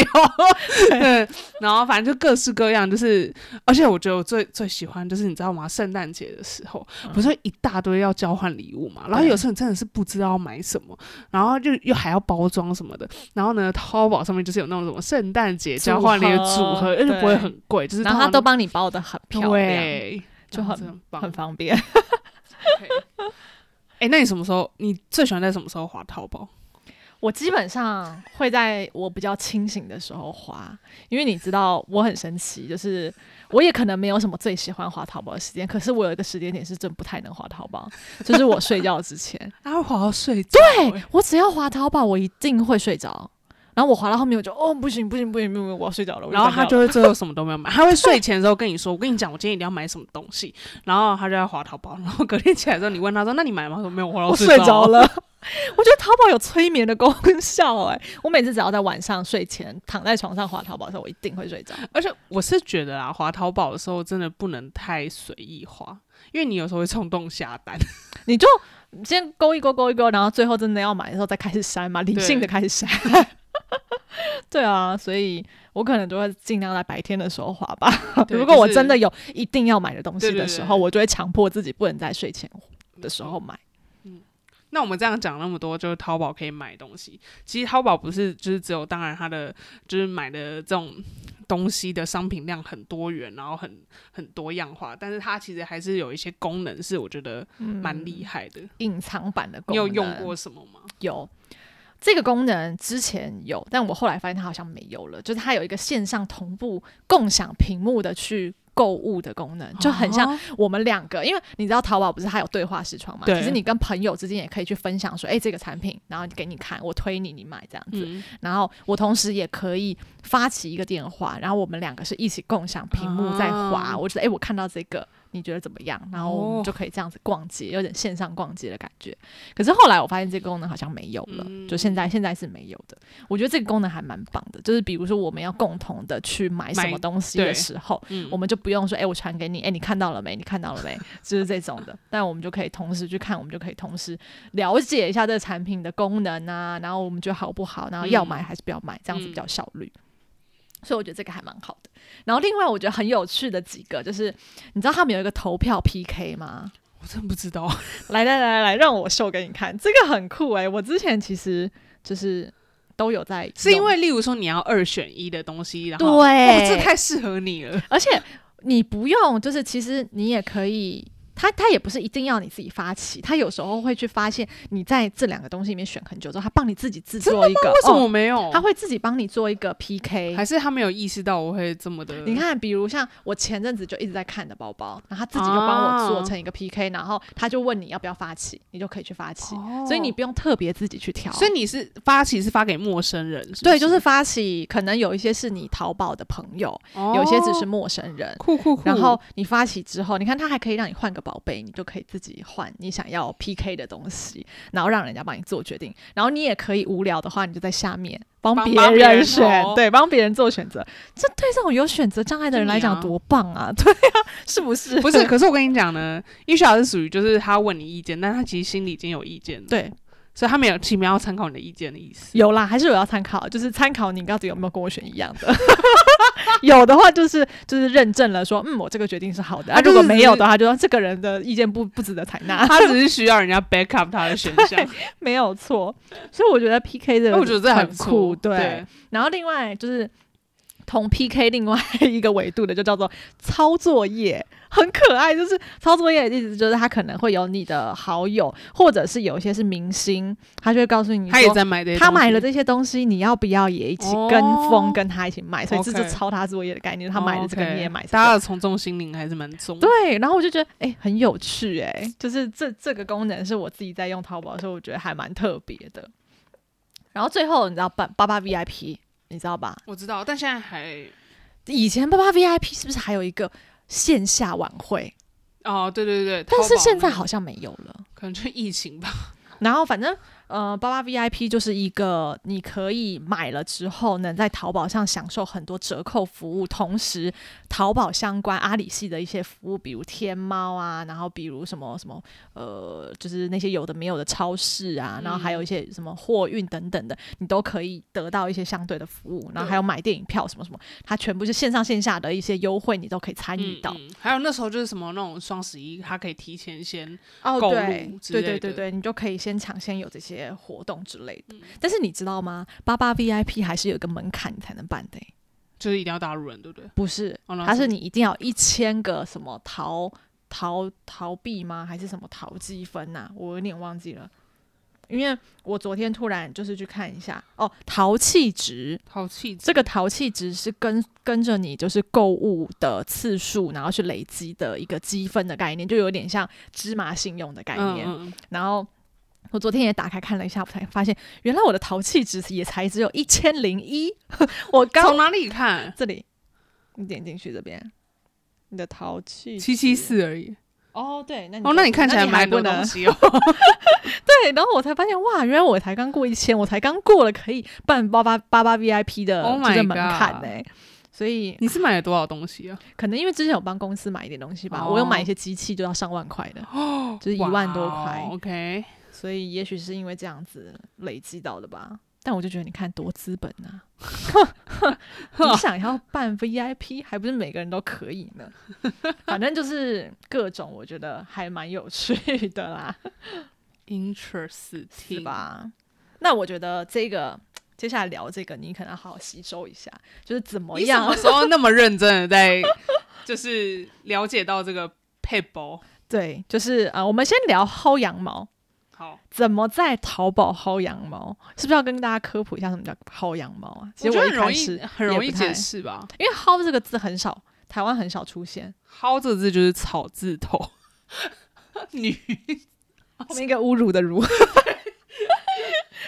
Speaker 2: 对。然后反正就各式各样，就是而且我觉得我最最喜欢就是你知道吗？圣诞节的时候，
Speaker 1: 嗯
Speaker 2: 不是一大堆要交换礼物嘛？然后有时候你真的是不知道要买什么，然后就又还要包装什么的。然后呢，淘宝上面就是有那种什么圣诞节
Speaker 1: 组
Speaker 2: 交换礼物
Speaker 1: 合
Speaker 2: 组合，而且不
Speaker 1: 哦对
Speaker 2: 会很贵，就是
Speaker 1: 然后
Speaker 2: 通
Speaker 1: 他
Speaker 2: 常
Speaker 1: 都帮你包的很漂亮，
Speaker 2: 对，
Speaker 1: 就
Speaker 2: 然后
Speaker 1: 很
Speaker 2: 真的棒
Speaker 1: 很方便。
Speaker 2: 哎、那你什么时候？你最喜欢在什么时候滑淘宝？
Speaker 1: 我基本上会在我比较清醒的时候滑，因为你知道我很神奇，就是我也可能没有什么最喜欢滑淘宝的时间，可是我有一个时间点是真不太能滑淘 宝，就是我睡觉之前。
Speaker 2: 他会滑到睡觉、欸。
Speaker 1: 对我只要滑淘宝，我一定会睡着。然后我滑到后面，我就哦不行不行不行不行，我要睡觉了。我
Speaker 2: 然后
Speaker 1: 关
Speaker 2: 他
Speaker 1: 掉
Speaker 2: 就
Speaker 1: 了
Speaker 2: 会最后什么都没有买，他会睡前的时候跟你说：“我跟你讲，我今天一定要买什么东西。”然后他就在滑淘宝，然后隔天起来之后，你问他说：“那你买了吗？”他说：“没有，我滑到
Speaker 1: 我睡
Speaker 2: 着
Speaker 1: 着。 了。我觉得淘宝有催眠的功效哎、我每次只要在晚上睡前躺在床上滑淘宝的时候，我一定会睡着。”
Speaker 2: 而且我是觉得啊，滑淘宝的时候真的不能太随意滑，因为你有时候会冲动下单。
Speaker 1: 你就先勾一勾勾一勾，然后最后真的要买的时候再开始删嘛，理性的开始删。 对啊，所以我可能就会尽量在白天的时候滑吧。
Speaker 2: 对
Speaker 1: 如果我
Speaker 2: 就是
Speaker 1: 真的有一定要买的东西
Speaker 2: 对对
Speaker 1: 的
Speaker 2: 对
Speaker 1: 时候，我就会强迫自己不能在睡前的时候买。
Speaker 2: 那我们这样讲那么多，就是淘宝可以买东西。其实淘宝不是就是只有，当然它的就是买的这种东西的商品量很多元，然后很很多样化，但是它其实还是有一些功能是我觉得
Speaker 1: 嗯
Speaker 2: 蛮厉害的。
Speaker 1: 隐藏版的功
Speaker 2: 嗯你
Speaker 1: 能
Speaker 2: 有用过什么吗？
Speaker 1: 有这个功能之前有，但我后来发现它好像没有了。就是它有一个线上同步共享屏幕的去购物的功能，就很像
Speaker 2: 哦
Speaker 1: 我们两个，因为你知道淘宝不是它有对话视窗嘛？
Speaker 2: 对
Speaker 1: 其实你跟朋友之间也可以去分享说，哎、这个产品，然后给你看，我推你，你买这样子。
Speaker 2: 嗯，
Speaker 1: 然后我同时也可以发起一个电话，然后我们两个是一起共享屏幕在滑。
Speaker 2: 啊
Speaker 1: 我觉得哎、诶我看到这个，你觉得怎么样？然后我们
Speaker 2: 哦
Speaker 1: 就可以这样子逛街，有点线上逛街的感觉。可是后来我发现这个功能好像没有了，
Speaker 2: 嗯
Speaker 1: 就现在现在是没有的。我觉得这个功能还蛮棒的，就是比如说我们要共同的去买什么
Speaker 2: 买
Speaker 1: 东西的
Speaker 2: 对
Speaker 1: 时候，
Speaker 2: 嗯
Speaker 1: 我们就不用说哎、诶我传给你，哎、你看到了没？你看到了没？就是这种的。但我们就可以同时去看，我们就可以同时了解一下这个产品的功能啊，然后我们觉得好不好，然后要
Speaker 2: 嗯
Speaker 1: 买还是不要买，这样子比较效率。所以我觉得这个还蛮好的。然后另外我觉得很有趣的几个，就是你知道他们有一个投票 PK 吗？
Speaker 2: 我真不知道。
Speaker 1: 来来来来，让我秀给你看，这个很酷诶、我之前其实就是都有在用，
Speaker 2: 是因为例如说你要二选一的东西，然
Speaker 1: 对，哦
Speaker 2: 后哦，这太适合你了。
Speaker 1: 而且你不用，就是其实你也可以，他他也不是一定要你自己发起，他有时候会去发现你在这两个东西里面选很久之后，他帮你自己制作一个，
Speaker 2: 为什么
Speaker 1: 哦
Speaker 2: 我没有？
Speaker 1: 他会自己帮你做一个 PK？
Speaker 2: 还是他没有意识到我会这么的？
Speaker 1: 你看，比如像我前阵子就一直在看的包包，然后他自己就帮我做
Speaker 2: 啊
Speaker 1: 成一个 PK，、然后他就问你要不要发起，你就可以去发起，
Speaker 2: 哦，
Speaker 1: 所以你不用特别自己去挑。
Speaker 2: 所以你是发起是发给陌生人，是不
Speaker 1: 对，就是发起，可能有一些是你淘宝
Speaker 2: 哦
Speaker 1: 的朋友，有些只是陌生人，
Speaker 2: 酷酷酷。
Speaker 1: 然后你发起之后，你看它还可以让你换个宝贝，你就可以自己换你想要 PK 的东西，然后让人家帮你做决定。然后你也可以无聊的话，你就在下面帮
Speaker 2: 帮
Speaker 1: 别
Speaker 2: 帮别人哦
Speaker 1: 选，
Speaker 2: 投
Speaker 1: 对，帮别人做选择。这对这种有选择障碍的人来
Speaker 2: 就你
Speaker 1: 讲
Speaker 2: 啊
Speaker 1: 多棒啊！ 对啊，是不是？
Speaker 2: 不是，可是我跟你讲呢，医学老师属于就是他问你意见，但他其实心里已经有意见了，，
Speaker 1: 对，
Speaker 2: 所以他没有其实没有要参考你的意见的意 思。
Speaker 1: 有啦，还是有要参考，就是参考你到底有没有跟我选一样的。 有的话，就是就是认证了说，嗯，我这个决定是好的。啊，
Speaker 2: 他就
Speaker 1: 如果
Speaker 2: 是
Speaker 1: 没有的话，就说这个人的意见不不值得采纳，
Speaker 2: 他只是需要人家 back up 他的选 项，
Speaker 1: 没有错。所以我觉得 PK 这
Speaker 2: 那
Speaker 1: 个
Speaker 2: 我觉得这还不
Speaker 1: 很
Speaker 2: 错
Speaker 1: 酷，
Speaker 2: 对，
Speaker 1: 然后另外就是同 PK 另外 一个维度的，就叫做抄作业，很可爱。就是抄作业的意思就是他可能会有你的好友，或者是有一些是明星，他就会告诉你
Speaker 2: 他
Speaker 1: 说
Speaker 2: 也在买这些东
Speaker 1: 他
Speaker 2: 西，
Speaker 1: 买了这些东西，你要不要也一起跟
Speaker 2: 哦
Speaker 1: 风跟他一起买？所以这
Speaker 2: OK
Speaker 1: 就抄他作业的概念，他买了这个
Speaker 2: 哦，OK
Speaker 1: 你也买这
Speaker 2: 大家
Speaker 1: 个。
Speaker 2: 的从众心灵还是蛮重的。
Speaker 1: 对，啊然后我就觉得哎、很有趣哎、就是这这个功能是我自己在用淘宝的时候，我觉得还蛮特别的。然后最后你知道八八八 VIP，你知道吧？
Speaker 2: 我知道，但现在还
Speaker 1: 以前八八 VIP 是不是还有一个线下晚会？
Speaker 2: 哦，对对对，
Speaker 1: 但
Speaker 2: 淘
Speaker 1: 是
Speaker 2: 宝
Speaker 1: 现在
Speaker 2: 那个
Speaker 1: 好像没有了。
Speaker 2: 可能就疫情吧，
Speaker 1: 然后反正呃，八八 VIP 就是一个你可以买了之后能在淘宝上享受很多折扣服务，同时淘宝相关阿里系的一些服务，比如天猫啊，然后比如什么什么呃，就是那些有的没有的超市啊，然后还有一些什么货运等等的，你都可以得到一些相对的服务。然后还有买电影票什么什么，它全部是线上线下的一些优惠，你都可以参与到。
Speaker 2: 嗯嗯还有那时候就是什么那种双十一，它可以提前先
Speaker 1: 哦，
Speaker 2: 购
Speaker 1: 对
Speaker 2: 入之
Speaker 1: 对
Speaker 2: 类
Speaker 1: 对对
Speaker 2: 的嗯
Speaker 1: 对，你就可以先抢先有这些活动之类的。但是你知道吗？八八 VIP 还是有一个门槛你才能办的欸、
Speaker 2: 就是一定要大陆人，对不对？
Speaker 1: 不是？
Speaker 2: 哦，
Speaker 1: 它是你一定要一千个什么逃逃逃避吗？还是什么逃积分呐、我有点忘记了。因为我昨天突然就是去看一下哦，淘气值
Speaker 2: 好气质
Speaker 1: 这个淘气值是跟跟着你就是购物的次数，然后去累积的一个积分的概念，就有点像芝麻信用的概念。
Speaker 2: 嗯嗯嗯
Speaker 1: 然后我昨天也打开看了一下，我才发现原来我的淘气值也才只有一千零一。 我刚
Speaker 2: 从哪里看？
Speaker 1: 这里，你点进去这边，你的淘气值
Speaker 2: 七七。四而已。
Speaker 1: 哦，对，那你
Speaker 2: 哦，那你看起来
Speaker 1: 还
Speaker 2: 蛮
Speaker 1: 不
Speaker 2: 多
Speaker 1: 能
Speaker 2: 东 西哦。
Speaker 1: 对，然后我才发现哇，原来我才刚过一千，我才刚过了可以办八八八八 VIP 的
Speaker 2: Oh
Speaker 1: 这
Speaker 2: my
Speaker 1: 个门槛
Speaker 2: god
Speaker 1: 呢、所以
Speaker 2: 你是买了多少东西啊？
Speaker 1: 可能因为之前有帮公司买一点东西吧，
Speaker 2: 哦
Speaker 1: 我有买一些机器，就要上万块的，就是一万多块
Speaker 2: 哇哦。OK，
Speaker 1: 所以也许是因为这样子累积到的吧。但我就觉得你看多资本 啊！你想要办 VIP，还不是每个人都可以呢？反正就是各种，我觉得还蛮有趣的啦，
Speaker 2: ，interesting，
Speaker 1: 是？吧？那我觉得这个接下来聊这个，你可能要好好吸收一下，就是怎么
Speaker 2: 你什
Speaker 1: 样
Speaker 2: 么时候啊那么认真的在就是了解到这个 paper？
Speaker 1: 对，就是啊、呃我们先聊薅羊毛，
Speaker 2: 好，
Speaker 1: 怎么在淘宝薅羊毛？是不是要跟大家科普一下什么叫薅羊毛啊？其
Speaker 2: 我
Speaker 1: 实
Speaker 2: 觉得
Speaker 1: 一
Speaker 2: 很容
Speaker 1: 开始
Speaker 2: 易很容易
Speaker 1: 也不太
Speaker 2: 解释吧。
Speaker 1: 因为“薅”这个字很少，台湾很少出现，
Speaker 2: 薅这个字就是草 字头，女
Speaker 1: 后哦面一个侮辱的“辱”。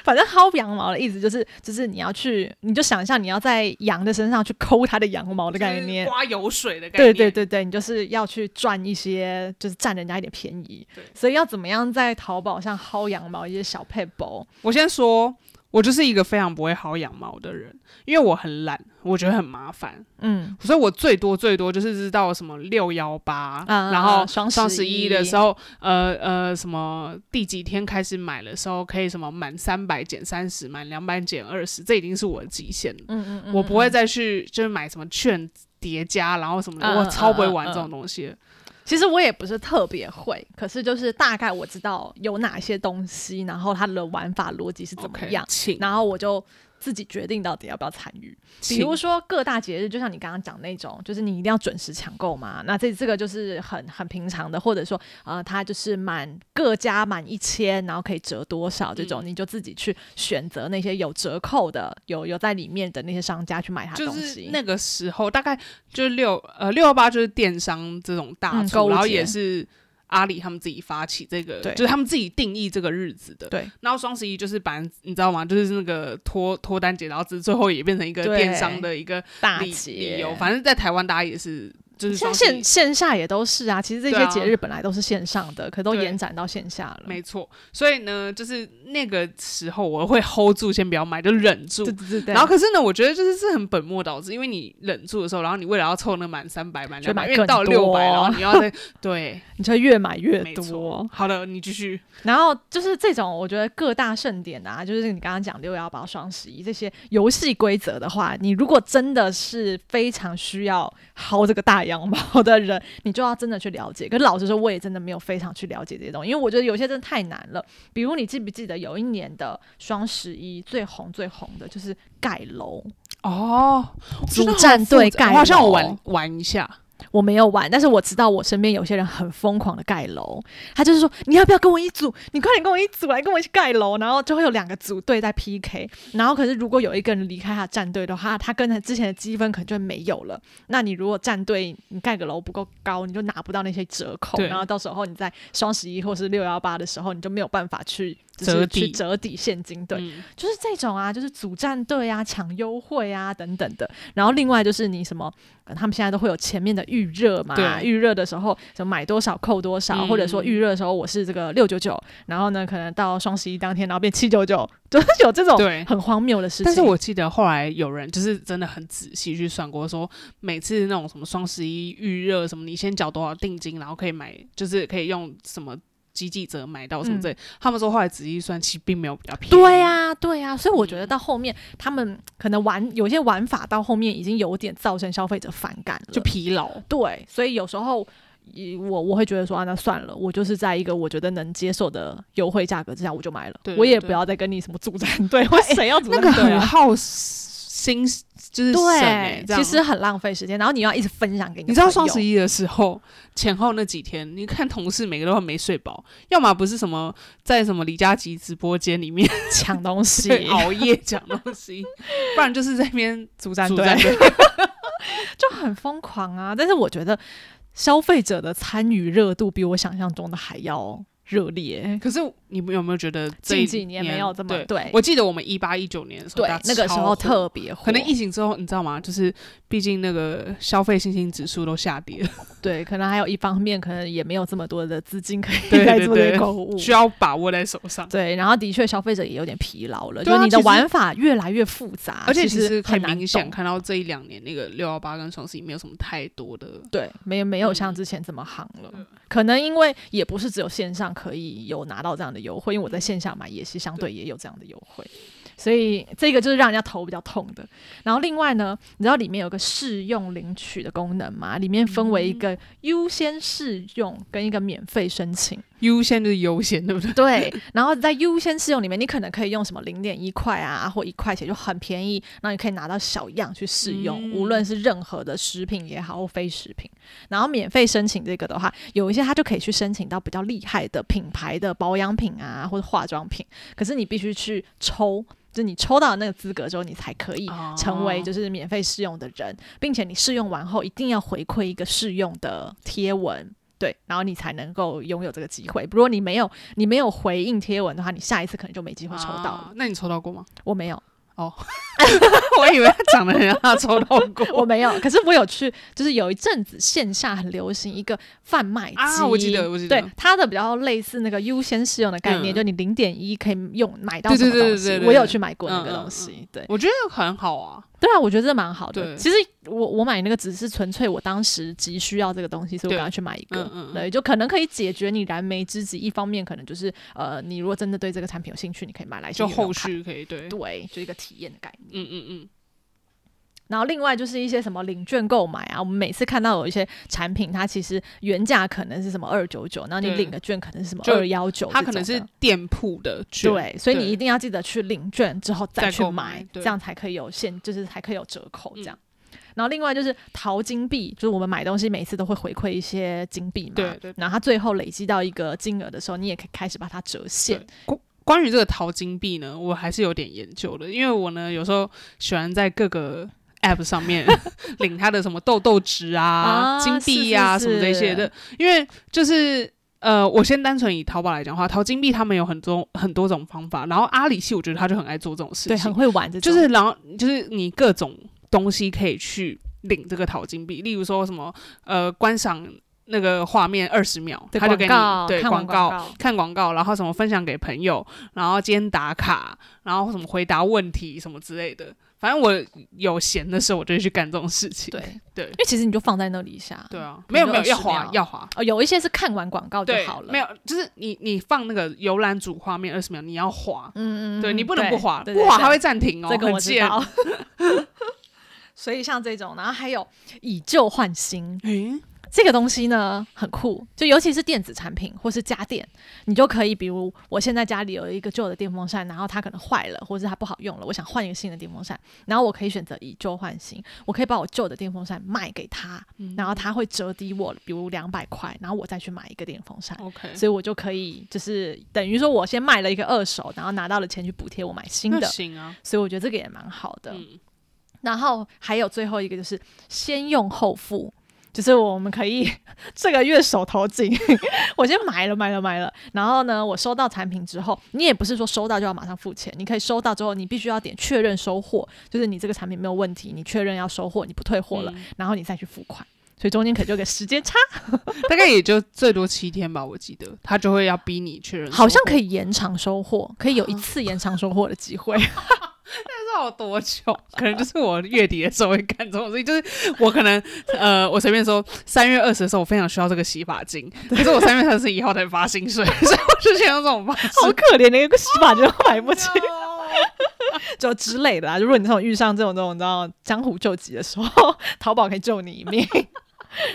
Speaker 1: 反正薅羊毛的意思就是，就是你要去，你就想象你要在羊的身上去抠它的羊毛的概念
Speaker 2: 就是。刮油水的概
Speaker 1: 对
Speaker 2: 念。
Speaker 1: 对对对，你就是要去赚一些，就是占人家一点便宜
Speaker 2: 对。
Speaker 1: 所以要怎么样在淘宝上薅羊毛一些小配博？
Speaker 2: 我先说，我就是一个非常不会薅羊毛的人，因为我很懒，我觉得很麻烦，
Speaker 1: 嗯，
Speaker 2: 所以我最多最多就是知道什么六幺八，
Speaker 1: 啊
Speaker 2: 然后
Speaker 1: 双
Speaker 2: 双
Speaker 1: 十
Speaker 2: 十
Speaker 1: 一
Speaker 2: 一的时候，呃呃，什么第几天开始买的时候可以什么满三百减三十，满两百减二十，这已经是我的极限了。
Speaker 1: 嗯嗯嗯，
Speaker 2: 我不会再去就是买什么券叠加，然后什么的，
Speaker 1: 嗯
Speaker 2: 我
Speaker 1: 嗯
Speaker 2: 超不会
Speaker 1: 嗯
Speaker 2: 玩这
Speaker 1: 嗯
Speaker 2: 种东西的。
Speaker 1: 其实我也不是特别会，可是就是大概我知道有哪些东西，然后它的玩法逻辑是嗯怎么
Speaker 2: OK，
Speaker 1: 样
Speaker 2: 请
Speaker 1: 然后我就自己决定到底要不要参与。比
Speaker 2: 请
Speaker 1: 如说各大节日，就像你刚刚讲那种，就是你一定要准时抢购嘛。那这这个就是很很平常的，或者说呃，它就是满各家满一千，然后可以折多少这种，
Speaker 2: 嗯
Speaker 1: 你就自己去选择那些有折扣的、有有在里面的那些商家去买它的
Speaker 2: 就
Speaker 1: 东
Speaker 2: 是
Speaker 1: 西。
Speaker 2: 那个时候，大概就是六呃六幺八就是电商这种大
Speaker 1: 嗯
Speaker 2: 促，
Speaker 1: 购物
Speaker 2: 然后
Speaker 1: 节
Speaker 2: 也是阿里他们自己发起这个，
Speaker 1: 对
Speaker 2: 就是他们自己定义这个日子的。
Speaker 1: 对，
Speaker 2: 然后双十一就是把你知道吗？就是那个脱脱单节，然后之最后也变成一个
Speaker 1: 对
Speaker 2: 电商的一个
Speaker 1: 大
Speaker 2: 理理
Speaker 1: 节
Speaker 2: 由。反正，在台湾大家也是哦就是
Speaker 1: 像
Speaker 2: 双
Speaker 1: 线
Speaker 2: 十一
Speaker 1: 线下也都是啊，其实这
Speaker 2: 对
Speaker 1: 些
Speaker 2: 啊
Speaker 1: 节日本来都是线上的，可都
Speaker 2: 对
Speaker 1: 延展到线下了。
Speaker 2: 没错，所以呢，就是那个时候我会 hold 住，先不要买，就忍住
Speaker 1: 对。对对对，
Speaker 2: 然后可是呢，我觉得就是是很本末倒置，因为你忍住的时候，然后你为了要凑那满三百、满
Speaker 1: 就
Speaker 2: 两
Speaker 1: 买
Speaker 2: 百，
Speaker 1: 更
Speaker 2: 因为到六
Speaker 1: 多
Speaker 2: 百，然后你 要再对，
Speaker 1: 你就越买越
Speaker 2: 没错
Speaker 1: 多。。
Speaker 2: 好了，你继续。
Speaker 1: 然后就是这种，我觉得各大盛典啊，就是你刚刚讲六幺八、双十一这些游戏规则的话，你如果真的是非常需要薅这个大羊毛的人，你就要真的去了解。可是老实说，我也真的没有非常去了解这些东西，因为我觉得有些真的太难了。比如你记不记得有一年的双十一最红最红的就是盖楼，
Speaker 2: 哦，
Speaker 1: 主战队盖
Speaker 2: 我好像我
Speaker 1: 楼
Speaker 2: 玩玩一下，
Speaker 1: 我没有玩，但是我知道我身边有些人很疯狂的盖楼，他就是说你要不要跟我一组？你快点跟我一组来跟我一起盖楼，然后就会有两个组队在 PK，然后可是如果有一个人离开他的战队的话，他跟他之前的积分可能就没有了。那你如果战队你盖个楼不够高，你就拿不到那些折扣，
Speaker 2: 对
Speaker 1: 然后到时候你在双十一或是六幺八的时候，你就没有办法去就是
Speaker 2: 折抵
Speaker 1: 去折抵现金，对，
Speaker 2: 嗯
Speaker 1: 就是这种啊，就是组战队啊、抢优惠啊等等的。然后另外就是你什么，呃他们现在都会有前面的预热嘛，
Speaker 2: 对
Speaker 1: 预热的时候什么买多少扣多少，
Speaker 2: 嗯
Speaker 1: 或者说预热的时候我是这个六九九，然后呢可能到双十一当天然后变七九 九，就是有这种
Speaker 2: 对
Speaker 1: 很荒谬的事情。
Speaker 2: 但是我记得后来有人就是真的很仔细去算过说每次那种什么双十一预热什么，你先缴多少定金，然后可以买，就是可以用什么积极折买到什么
Speaker 1: 嗯
Speaker 2: 之类。他们说后来仔细算，其实并没有比较便宜。
Speaker 1: 对、呀、对呀、所以我觉得
Speaker 2: 嗯
Speaker 1: 到后面、他们可能玩有些玩法到后面已经有点造成消费者反感了，
Speaker 2: 就疲劳。
Speaker 1: 对，所以有时候以我我会觉得说啊，那算了，我就是在一个我觉得能接受的优惠价格之下，我就买了，
Speaker 2: 对
Speaker 1: 我也
Speaker 2: 对哎
Speaker 1: 不要再跟你什么主战队 或谁要主
Speaker 2: 那
Speaker 1: 战
Speaker 2: 个
Speaker 1: 队
Speaker 2: 很
Speaker 1: 啊。
Speaker 2: 耗心，就是神欸
Speaker 1: 对，
Speaker 2: 这样
Speaker 1: 其实很浪费时间，然后你要一直分享给你
Speaker 2: 你
Speaker 1: 你
Speaker 2: 知道双十
Speaker 1: 一，
Speaker 2: 一的时候前后那几天，你看同事每个都很没睡饱，要么不是什么在什么李佳琦直播间里面
Speaker 1: 抢东西，
Speaker 2: 对熬夜讲 东西，不然就是在那边
Speaker 1: 主战
Speaker 2: 主
Speaker 1: 队
Speaker 2: 战队
Speaker 1: 就很疯狂啊！但是我觉得消费者的参与热度比我想象中的还要热烈。
Speaker 2: 可是你们有没有觉得这
Speaker 1: 近
Speaker 2: 一
Speaker 1: 几年没有这么
Speaker 2: 对？
Speaker 1: 对
Speaker 2: 我记得我们一八一九年的时候，
Speaker 1: 对
Speaker 2: 大家，
Speaker 1: 那个时候
Speaker 2: 超火
Speaker 1: 特别火，
Speaker 2: 可能疫情之后，你知道吗？就是毕竟那个消费信心指数都下跌了，
Speaker 1: 对，可能还有一方面，可能也没有这么多的资金可
Speaker 2: 对
Speaker 1: 以来
Speaker 2: 对
Speaker 1: 做这
Speaker 2: 对
Speaker 1: 个购物，
Speaker 2: 需要把握在手上。
Speaker 1: 嗯对，然后的确消费者也有点疲劳了，
Speaker 2: 对
Speaker 1: 就
Speaker 2: 啊
Speaker 1: 是你的
Speaker 2: 其实
Speaker 1: 玩法越来越复杂，
Speaker 2: 而且
Speaker 1: 啊其
Speaker 2: 其实
Speaker 1: 实
Speaker 2: 很
Speaker 1: 很难
Speaker 2: 明显
Speaker 1: 懂
Speaker 2: 看到这一两年那个六幺八跟双十一没有什么太多的，
Speaker 1: 对，没没有像
Speaker 2: 嗯
Speaker 1: 之前这么行了。可能因为也不是只有线上可以有拿到这样的优惠，因为我
Speaker 2: 嗯
Speaker 1: 在线下买也是相对也有这样的优惠，所以这个就是让人家头比较痛的。然后另外呢，你知道里面有个试用领取的功能吗？里面分
Speaker 2: 嗯
Speaker 1: 为一个优先试用跟一个免费申请。
Speaker 2: 优先就是优先，对不对？
Speaker 1: 对，然后在优先试用里面，你可能可以用什么零点一块啊，或一块钱就很便宜，然后你可以拿到小样去试用，
Speaker 2: 嗯
Speaker 1: 无论是任何的食品也好或非食品。然后免费申请这个的话，有一些它就可以去申请到比较厉害的品牌的保养品啊，或者化妆品，可是你必须去抽。就是你抽到那个资格之后，你才可以
Speaker 2: 哦
Speaker 1: 成为就是免费试用的人，并且你试用完后一定要回馈一个试用的贴文，对，然后你才能够拥有这个机会。如果你没有你没有回应贴文的话，你下一次可能就没机会抽到了。
Speaker 2: 啊那你抽到过吗？
Speaker 1: 我没有，
Speaker 2: 我以为他长得很像他抽 到
Speaker 1: 我
Speaker 2: 过。
Speaker 1: 没有，可是我有去，就是有一阵子线下很流行一个贩卖机、
Speaker 2: 啊我记得我记得
Speaker 1: 对它的比较类似那个优先试用的概念，
Speaker 2: 嗯
Speaker 1: 就你零点一可以用买到
Speaker 2: 对
Speaker 1: 什么东西。
Speaker 2: 对对对对对
Speaker 1: 我有去买过那个
Speaker 2: 嗯嗯
Speaker 1: 东西，对
Speaker 2: 我觉得很好啊，
Speaker 1: 对啊，我觉得这蛮好的。
Speaker 2: 对
Speaker 1: 其实我我买那个只是纯粹我当时急需要这个东西，所以我
Speaker 2: 对
Speaker 1: 赶快去买一个。
Speaker 2: 嗯嗯嗯
Speaker 1: 对，就可能可以解决你燃眉之急。一方面可能就是呃，你如果真的对这个产品有兴趣，你可以买来
Speaker 2: 就
Speaker 1: 先用用
Speaker 2: 后
Speaker 1: 看
Speaker 2: 续可以对，嗯
Speaker 1: 对，就一个体验的概念。
Speaker 2: 嗯嗯，
Speaker 1: 然后另外就是一些什么领券购买啊，我们每次看到有一些产品，它其实原价可能是什么二九九，然后你
Speaker 2: 对
Speaker 1: 领个券可能是什么
Speaker 2: 就
Speaker 1: 二幺九，
Speaker 2: 它可能是店铺的券，
Speaker 1: 对，所以你
Speaker 2: 对
Speaker 1: 一定要记得去领券之后
Speaker 2: 再
Speaker 1: 去
Speaker 2: 购
Speaker 1: 买
Speaker 2: 买，对嗯
Speaker 1: 这样才可以有现，就是才可以有折扣这样。然后另外就是淘金币，就是我们买东西每次都会回馈一些金币嘛，
Speaker 2: 对对
Speaker 1: 然后它最后累积到一个金额的时候，你也可以开始把它折现
Speaker 2: 对。关关于这个淘金币呢，我还是有点研究的，因为我呢有时候喜欢在各个 App 上 面领它的什么豆豆值啊、
Speaker 1: 啊
Speaker 2: 金币呀、
Speaker 1: 是
Speaker 2: 什
Speaker 1: 是
Speaker 2: 么这些的，因为就是。呃，我先单纯以淘宝来讲的话，淘金币他们有很多很多种方法，然后阿里系我觉得他就很爱做这种事
Speaker 1: 对，
Speaker 2: 情，
Speaker 1: 很会玩这种，
Speaker 2: 就是然后就是你各种东西可以去领这个淘金币，例如说什么呃观赏。那个画面二十秒，
Speaker 1: 对
Speaker 2: 他就给你
Speaker 1: 广告
Speaker 2: 对
Speaker 1: 看完
Speaker 2: 告
Speaker 1: 广告
Speaker 2: 看广告，然后什么分享给朋友，然后今天打卡，然后什么回答问题什么之类的。反正我有闲的时候，我就会去干这种事情。
Speaker 1: 对
Speaker 2: 对
Speaker 1: 因为其实你就放在那里一下，
Speaker 2: 对啊，
Speaker 1: 可能
Speaker 2: 没有没有
Speaker 1: 20
Speaker 2: 要滑
Speaker 1: 秒
Speaker 2: 要滑，
Speaker 1: 哦，有一些是看完广告就
Speaker 2: 对
Speaker 1: 好了，
Speaker 2: 没，有就是你你放那个浏览主画面二十秒，你要滑，
Speaker 1: 嗯嗯，
Speaker 2: 对
Speaker 1: 嗯
Speaker 2: 你不能不滑，
Speaker 1: 对
Speaker 2: 不
Speaker 1: 对
Speaker 2: 滑
Speaker 1: 对
Speaker 2: 它会暂停哦，
Speaker 1: 这个
Speaker 2: 很
Speaker 1: 我知
Speaker 2: 贱。
Speaker 1: 道。 所以像这种，然后还有以旧换新
Speaker 2: 诶，
Speaker 1: 这个东西呢，很酷，就尤其是电子产品或是家电，你就可以，比如我现在家里有一个旧的电风扇，然后它可能坏了，或者是它不好用了，我想换一个新的电风扇，然后我可以选择以旧换新，我可以把我旧的电风扇卖给他，
Speaker 2: 嗯
Speaker 1: 然后他会折抵我，比如两百块，然后我再去买一个电风扇。
Speaker 2: OK，
Speaker 1: 所以我就可以，就是等于说，我先卖了一个二手，然后拿到了钱去补贴我买新
Speaker 2: 那
Speaker 1: 的，
Speaker 2: 行啊，
Speaker 1: 所以我觉得这个也蛮好的。
Speaker 2: 嗯，
Speaker 1: 然后还有最后一个就是先用后付，就是我们可以 这个月手头紧， 我先买了买了买了，然后呢，我收到产品之后，你也不是说收到就要马上付钱，你可以收到之后，你必须要点确认收货，就是你这个产品没有问题，你确认要收货，你不退货了，
Speaker 2: 嗯
Speaker 1: 然后你再去付款。所以中间可能就有个时间 差，
Speaker 2: 大概也就最多七天吧，我记得他就会要逼你确认收货，
Speaker 1: 好像可以延长收货，可以有一次延长收货的机 会。
Speaker 2: 不知道有多久，
Speaker 1: 啊
Speaker 2: 可能就是我月底的时候会干这种事情，就是我可能呃，我随便说三月二十的时候，我非常需要这个洗发精，可是我三月三十一号才发 薪水，所以我就选用这种方式。
Speaker 1: 好可怜的一个洗发精都买不 起，
Speaker 2: No
Speaker 1: 就之类的啦。如果你这种遇上这种这种你知道江湖救急的时候， 淘宝可以救你一命。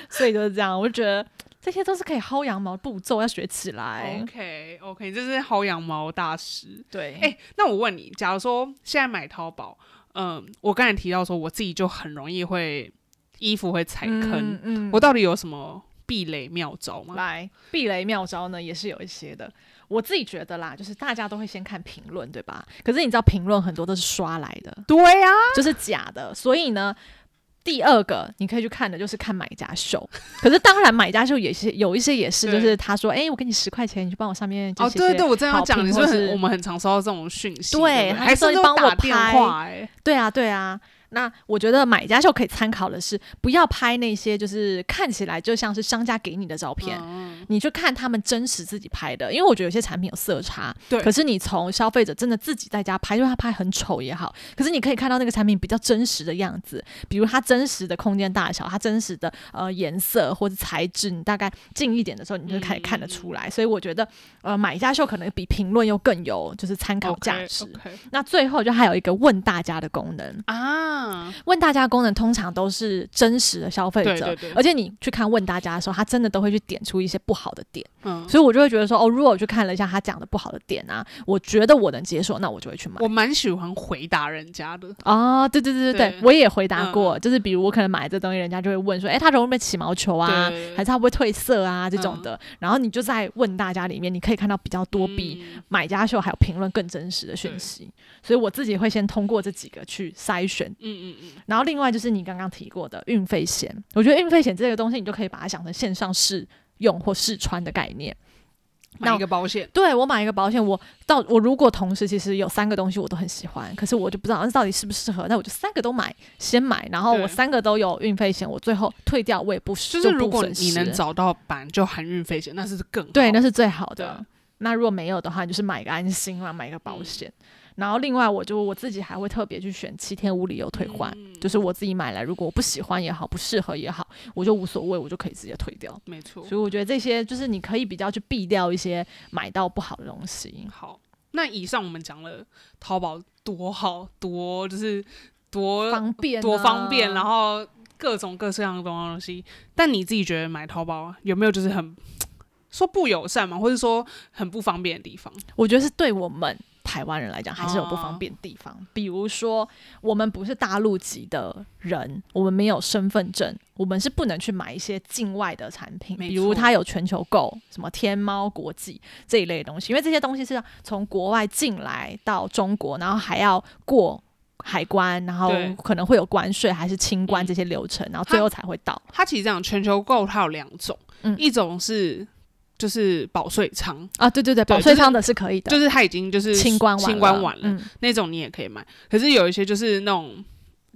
Speaker 1: 所以就是这样，我就觉得这些都是可以薅羊毛的步骤，要学起来。
Speaker 2: 哦 OK OK，这是薅羊毛大师。
Speaker 1: 对，
Speaker 2: 哎、那我问你，假如说现在买淘宝，嗯、我刚才提到说我自己就很容易会衣服会踩坑，
Speaker 1: 嗯，嗯
Speaker 2: 我到底有什么避雷妙招吗？
Speaker 1: 来避雷妙招呢，也是有一些的。我自己觉得啦，就是大家都会先看评论，对吧？可是你知道评论很多都是刷来的，
Speaker 2: 对呀、
Speaker 1: 就是假的。所以呢，第二个你可以去看的就是看买家秀。可是当然，买家秀也是有一些也是，
Speaker 2: 对
Speaker 1: 就是他说，哎、我给你十块钱，你去帮我上面就
Speaker 2: 哦，
Speaker 1: 写
Speaker 2: 对
Speaker 1: 写
Speaker 2: 对，我正要
Speaker 1: 好
Speaker 2: 讲，
Speaker 1: 评
Speaker 2: 你是不
Speaker 1: 或
Speaker 2: 是很
Speaker 1: 是
Speaker 2: 我们很常收到这种讯息？
Speaker 1: 对
Speaker 2: 对不
Speaker 1: 他
Speaker 2: 还
Speaker 1: 就说
Speaker 2: 是
Speaker 1: 你
Speaker 2: 都
Speaker 1: 帮我
Speaker 2: 打电
Speaker 1: 拍
Speaker 2: 话、欸？
Speaker 1: 对啊，对啊。那我觉得买家秀可以参考的是，不要拍那些就是看起来就像是商家给你的照片，
Speaker 2: 嗯
Speaker 1: 你去看他们真实自己拍的，因为我觉得有些产品有色差。
Speaker 2: 对
Speaker 1: 可是你从消费者真的自己在家拍，就算他拍很丑也好，可是你可以看到那个产品比较真实的样子，比如它真实的空间大小，它真实的呃颜色或者材质，你大概近一点的时候，你就可以看得出来。所以我觉得，呃，买家秀可能比评论又更有就是参考价值。
Speaker 2: o k
Speaker 1: 那最后就还有一个问大家的功能，
Speaker 2: 啊，
Speaker 1: 问大家功能通常都是真实的消费者，
Speaker 2: 对对对
Speaker 1: 而且你去看问大家的时候，他真的都会去点出一些不好的点，
Speaker 2: 嗯，
Speaker 1: 所以我就会觉得说，哦，如果我去看了一下他讲的不好的点啊，我觉得我能接受，那我就会去买。
Speaker 2: 我蛮喜欢回答人家的。
Speaker 1: 哦，对对对对对
Speaker 2: 对，
Speaker 1: 我也回答
Speaker 2: 嗯
Speaker 1: 过，就是比如我可能买这东西，人家就会问说，哎，它容易被起毛球啊，
Speaker 2: 对
Speaker 1: 还是它会不会褪色啊这种的，然后你就在问大家里面，你可以看到比较多比
Speaker 2: 嗯
Speaker 1: 买家秀还有评论更真实的讯
Speaker 2: 对
Speaker 1: 息，所以我自己会先通过这几个去筛选
Speaker 2: 嗯嗯
Speaker 1: 然后另外就是你刚刚提过的运费险，我觉得运费险这个东西，你就可以把它想成线上试用或试穿的概念。
Speaker 2: 嗯，
Speaker 1: 那
Speaker 2: 买一个保险，
Speaker 1: 对我买一个保险，我到我如果同时其实有三个东西我都很喜欢，可是我就不知道那到底适不适合，那我就三个都买，先买，然后
Speaker 2: 对
Speaker 1: 我三个都有运费险，我最后退掉我也不
Speaker 2: 就是
Speaker 1: 不
Speaker 2: 如果
Speaker 1: 损
Speaker 2: 你
Speaker 1: 失
Speaker 2: 能找到版就含运费险，那是更好
Speaker 1: 对，那是最好的
Speaker 2: 对。
Speaker 1: 那如果没有的话，你就是买个安心啦，买个保险。
Speaker 2: 嗯
Speaker 1: 然后另外，我就我自己还会特别去选七天无理由退换，
Speaker 2: 嗯
Speaker 1: 就是我自己买来，如果我不喜欢也好，不适合也好，我就无所谓，我就可以直接退掉。
Speaker 2: 没错
Speaker 1: 所以。我觉得这些就是你可以比较去避掉一些买到不好的东西。
Speaker 2: 好，那以上我们讲了淘宝多好多，就是多
Speaker 1: 方便、啊
Speaker 2: 多方便，然
Speaker 1: 后
Speaker 2: 后各种各式各样的东西。但你自己觉得买淘宝有没有就是很说不友善嘛，或者说很不方便的地方？
Speaker 1: 我觉得是对我们台湾人来讲还是有不
Speaker 2: 哦
Speaker 1: 方便的地方，比如说我们不是大陆籍的人，我们没有身份证，我们是不能去买一些境外的产品，
Speaker 2: 没
Speaker 1: 比如
Speaker 2: 错
Speaker 1: 它有全球购、什么天猫国际这一类的东西，因为这些东西是要从国外进来到中国，然后还要过。海关，然后
Speaker 2: 对
Speaker 1: 可能会有关税还是清关
Speaker 2: 嗯
Speaker 1: 这些流程，然后
Speaker 2: 它
Speaker 1: 最后才会到。
Speaker 2: 它其实讲全球购它有两种，
Speaker 1: 嗯
Speaker 2: 一种是就是保税仓，
Speaker 1: 啊，对对对，保
Speaker 2: 对
Speaker 1: 税
Speaker 2: 就是
Speaker 1: 仓的是可以的，
Speaker 2: 就是它已经就是
Speaker 1: 清关完
Speaker 2: 清关完了、
Speaker 1: 嗯，
Speaker 2: 那种你也可以买，可是有一些就是那种。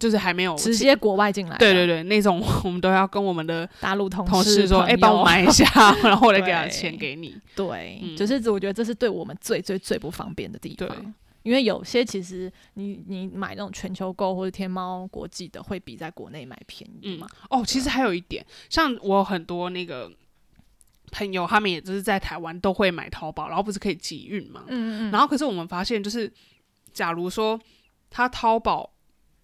Speaker 2: 就是还没有
Speaker 1: 直接国外进来的，
Speaker 2: 哦对对对，那种我们都要跟我们的
Speaker 1: 大陆同
Speaker 2: 同
Speaker 1: 事
Speaker 2: 事说，
Speaker 1: 朋
Speaker 2: 哎、帮我
Speaker 1: 友
Speaker 2: 买一下， 然后我再给他
Speaker 1: 对
Speaker 2: 钱给你。
Speaker 1: 对，
Speaker 2: 嗯
Speaker 1: 就是我觉得这是对我们最最最不方便的地
Speaker 2: 对
Speaker 1: 方。因为有些其实你你买那种全球购或者天猫国际的，会比在国内买便宜嘛。
Speaker 2: 哦，其实还有一点，像我有很多那个朋友，他们也就是在台湾都会买淘宝，然后不是可以集运嘛。
Speaker 1: 嗯嗯嗯，
Speaker 2: 然后可是我们发现，就是假如说他淘宝，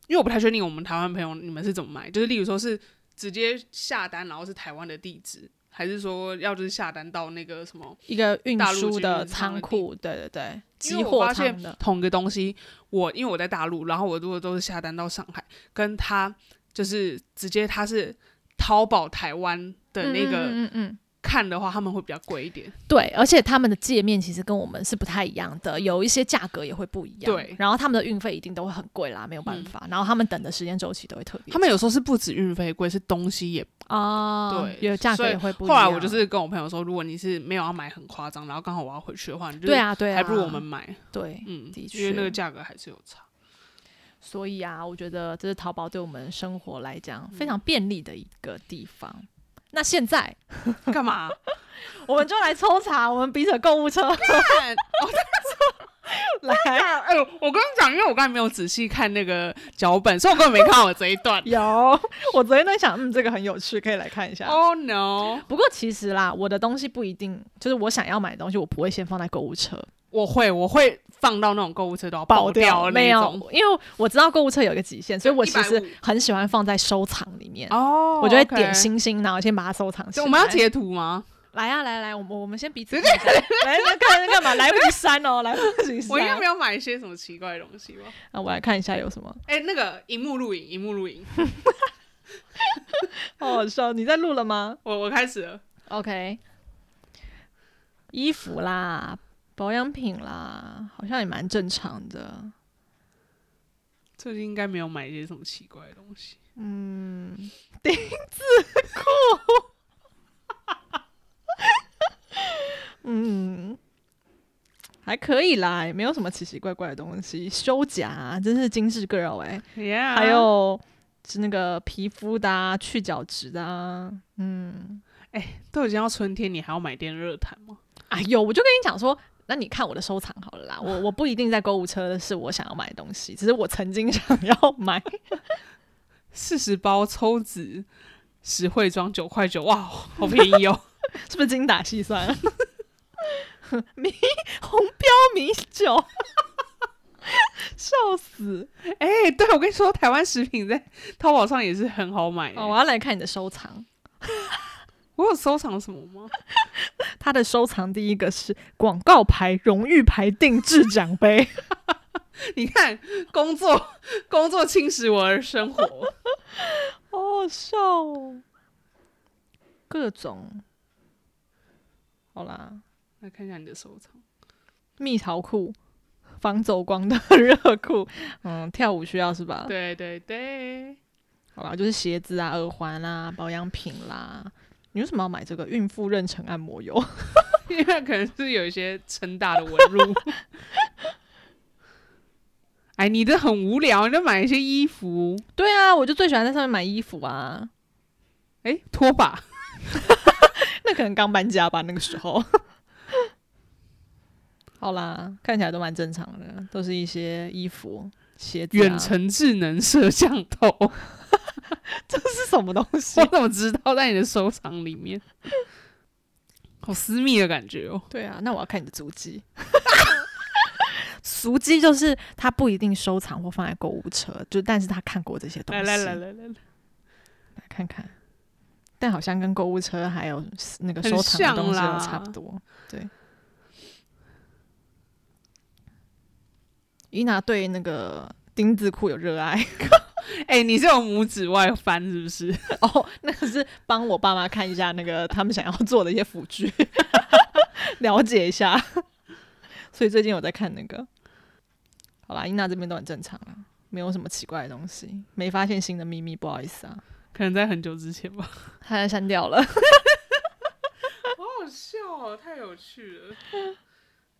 Speaker 2: 因为我不太确定我们台湾朋友你们是怎么买，就是例如说是直接下单，然后是台湾的地址，还是说要就是下单到那个什么？
Speaker 1: 一个运
Speaker 2: 大陆
Speaker 1: 输
Speaker 2: 集
Speaker 1: 的
Speaker 2: 运仓
Speaker 1: 仓
Speaker 2: 的
Speaker 1: 库，对对对，
Speaker 2: 因
Speaker 1: 集
Speaker 2: 为我
Speaker 1: 货
Speaker 2: 发现
Speaker 1: 仓的，
Speaker 2: 同一个东西，我因为我在大陆，然后我如果都是下单到上海，跟他就是直接他是淘宝台湾的那
Speaker 1: 嗯
Speaker 2: 个。
Speaker 1: 嗯嗯嗯
Speaker 2: 看的话，他们会比较贵一点。
Speaker 1: 对，而且他们的界面其实跟我们是不太一样的，有一些价格也会不一样。
Speaker 2: 对
Speaker 1: 嗯然后他们的运费一定都会很贵啦，没有办
Speaker 2: 嗯
Speaker 1: 法。然后他们等的时间周期都会特别长，
Speaker 2: 他们有时候是不止运费贵，是东西也。
Speaker 1: 啊，
Speaker 2: 对
Speaker 1: 有价格
Speaker 2: 所以
Speaker 1: 也会不一
Speaker 2: 后
Speaker 1: 样。
Speaker 2: 来我就是跟我朋友说，如果你是没有要买很夸张，然后刚好我要回去的话，你就
Speaker 1: 对，啊对啊，
Speaker 2: 还不如我们买。
Speaker 1: 对，
Speaker 2: 嗯，
Speaker 1: 的
Speaker 2: 因为那
Speaker 1: 确
Speaker 2: 个价格还是有差。
Speaker 1: 所以啊，我觉得这是淘宝对我们生活来讲非常便利的一个地方。那现在
Speaker 2: 干 嘛？
Speaker 1: 我们就来抽查我们彼此的购物车，
Speaker 2: 看哦
Speaker 1: 来。
Speaker 2: 干哎呦，我跟你讲，因为我刚才没有仔细看那个脚本，所以我根本没看到我这一段
Speaker 1: 有。我昨天在想，嗯，这个很有趣，可以来看一下。
Speaker 2: Oh no！
Speaker 1: 哦不过其实啦，我的东西不一定就是我想要买的东西，我不会先放在购物车
Speaker 2: 我会，我会放到那种购物车都要爆的
Speaker 1: 没
Speaker 2: 那
Speaker 1: 有
Speaker 2: 种。，
Speaker 1: 因为我知道购物车有一个极限，所以我其实
Speaker 2: 150
Speaker 1: 很喜欢放在收藏里面。
Speaker 2: 哦，
Speaker 1: 我就会
Speaker 2: OK
Speaker 1: 点。星星，然后先把它收藏起来。
Speaker 2: 所以我们要截图吗？
Speaker 1: 来啊，来来，我们我们先彼此看一下来，那看干嘛？来不及删 哦，来不及删。
Speaker 2: 我应该没有买一些什么奇怪的东西吧？
Speaker 1: 啊，我来看一下有什么。
Speaker 2: 哎、那个荧幕录影，荧幕录影，
Speaker 1: 好好笑，你在录了吗
Speaker 2: 我我开始了。
Speaker 1: ？OK，衣服啦，保养品啦，好像也蛮正常的。
Speaker 2: 最近应该没有买一些什么奇怪的东西。
Speaker 1: 嗯，钉子裤，嗯，还可以啦，也没有什么奇奇怪怪的东西。修甲啊真是精致 girl 哎、
Speaker 2: Yeah，
Speaker 1: 还有是那个皮肤的、啊、去角质的、啊，嗯，
Speaker 2: 都已经要春天，你还要买电热毯吗？
Speaker 1: 哎呦，我就跟你讲说，那你看我的收藏好了啦，我我不一定在购物车的是我想要买的东西，只是我曾经想要买，
Speaker 2: 四十包抽纸实惠装九块九，哇，好便宜哦！
Speaker 1: 是不是精打细 算？迷红标米酒，,笑死！
Speaker 2: 哎、对我跟你说，台湾食品在淘宝上也是很好啊买、欸
Speaker 1: 哦，我要来看你的收藏。
Speaker 2: 我有收藏什么吗？
Speaker 1: 他的收藏第一个是广告牌荣誉牌定制奖杯，
Speaker 2: 你看，工作工作侵蚀我的生活。
Speaker 1: 好好笑哦，各种。好啦，
Speaker 2: 来看一下你的收藏，
Speaker 1: 蜜桃裤、防走光的热裤，嗯，跳舞需要是吧？，
Speaker 2: 对对对，
Speaker 1: 好啦，就是鞋子啊、耳环啦、保养品啦。你为什么要买这个孕妇妊娠按摩油？
Speaker 2: 因为可能是有一些成大的纹路。哎，你这很无聊，你就买一些衣服，
Speaker 1: 对啊，我就最喜欢在上面买衣服啊。
Speaker 2: 哎，拖把，
Speaker 1: 那可能刚搬家吧，那个时候。 好啦，看起来都蛮正常的，都是一些衣服、鞋子、啊。
Speaker 2: 远程智能摄像头，我
Speaker 1: 这是什么东西？
Speaker 2: 怎么知道在你的收藏里面？好私密的感觉哦。
Speaker 1: 对啊，那我要看你的足迹。 足迹就是他不一定收藏或放在购物车，就但是他看过这些东
Speaker 2: 来
Speaker 1: 西。
Speaker 2: 来来来来，
Speaker 1: 来看看，但好像跟购物车还有那个
Speaker 2: 很
Speaker 1: 收藏的东西
Speaker 2: 像啦
Speaker 1: 都差不多。对，伊娜对那个丁字裤有热爱
Speaker 2: 哎，你是有拇指外翻是不是？
Speaker 1: 哦，那个是帮我爸妈看一下那个他们想要做的一些辅具， 了解一下。 所以最近有在看那个，好啦，伊娜这边都很正常啊，没有什么奇怪的东西，没发现新的秘密，不好意思啊，
Speaker 2: 可能在很久之前吧。
Speaker 1: 他删掉了。
Speaker 2: 好好笑哦，太有趣了。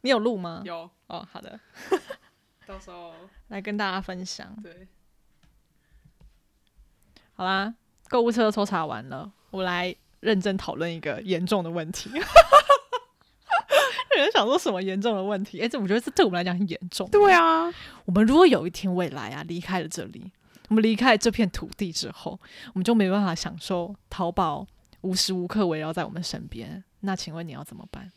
Speaker 1: 你有录吗？
Speaker 2: 有，
Speaker 1: 哦，好的。
Speaker 2: 到时候
Speaker 1: 来跟大家分享。
Speaker 2: 对。
Speaker 1: 好啦，购物车抽查完了，我来认真讨论一个严重的问题。 有人想说什么严重的问题？哎、这我觉得这对我们来讲很严重。
Speaker 2: 对啊，
Speaker 1: 我们如果有一天未来啊离开了这里，我们离开了这片土地之后，我们就没办法享受淘宝无时无刻围绕在我们身边。那请问你要怎么办？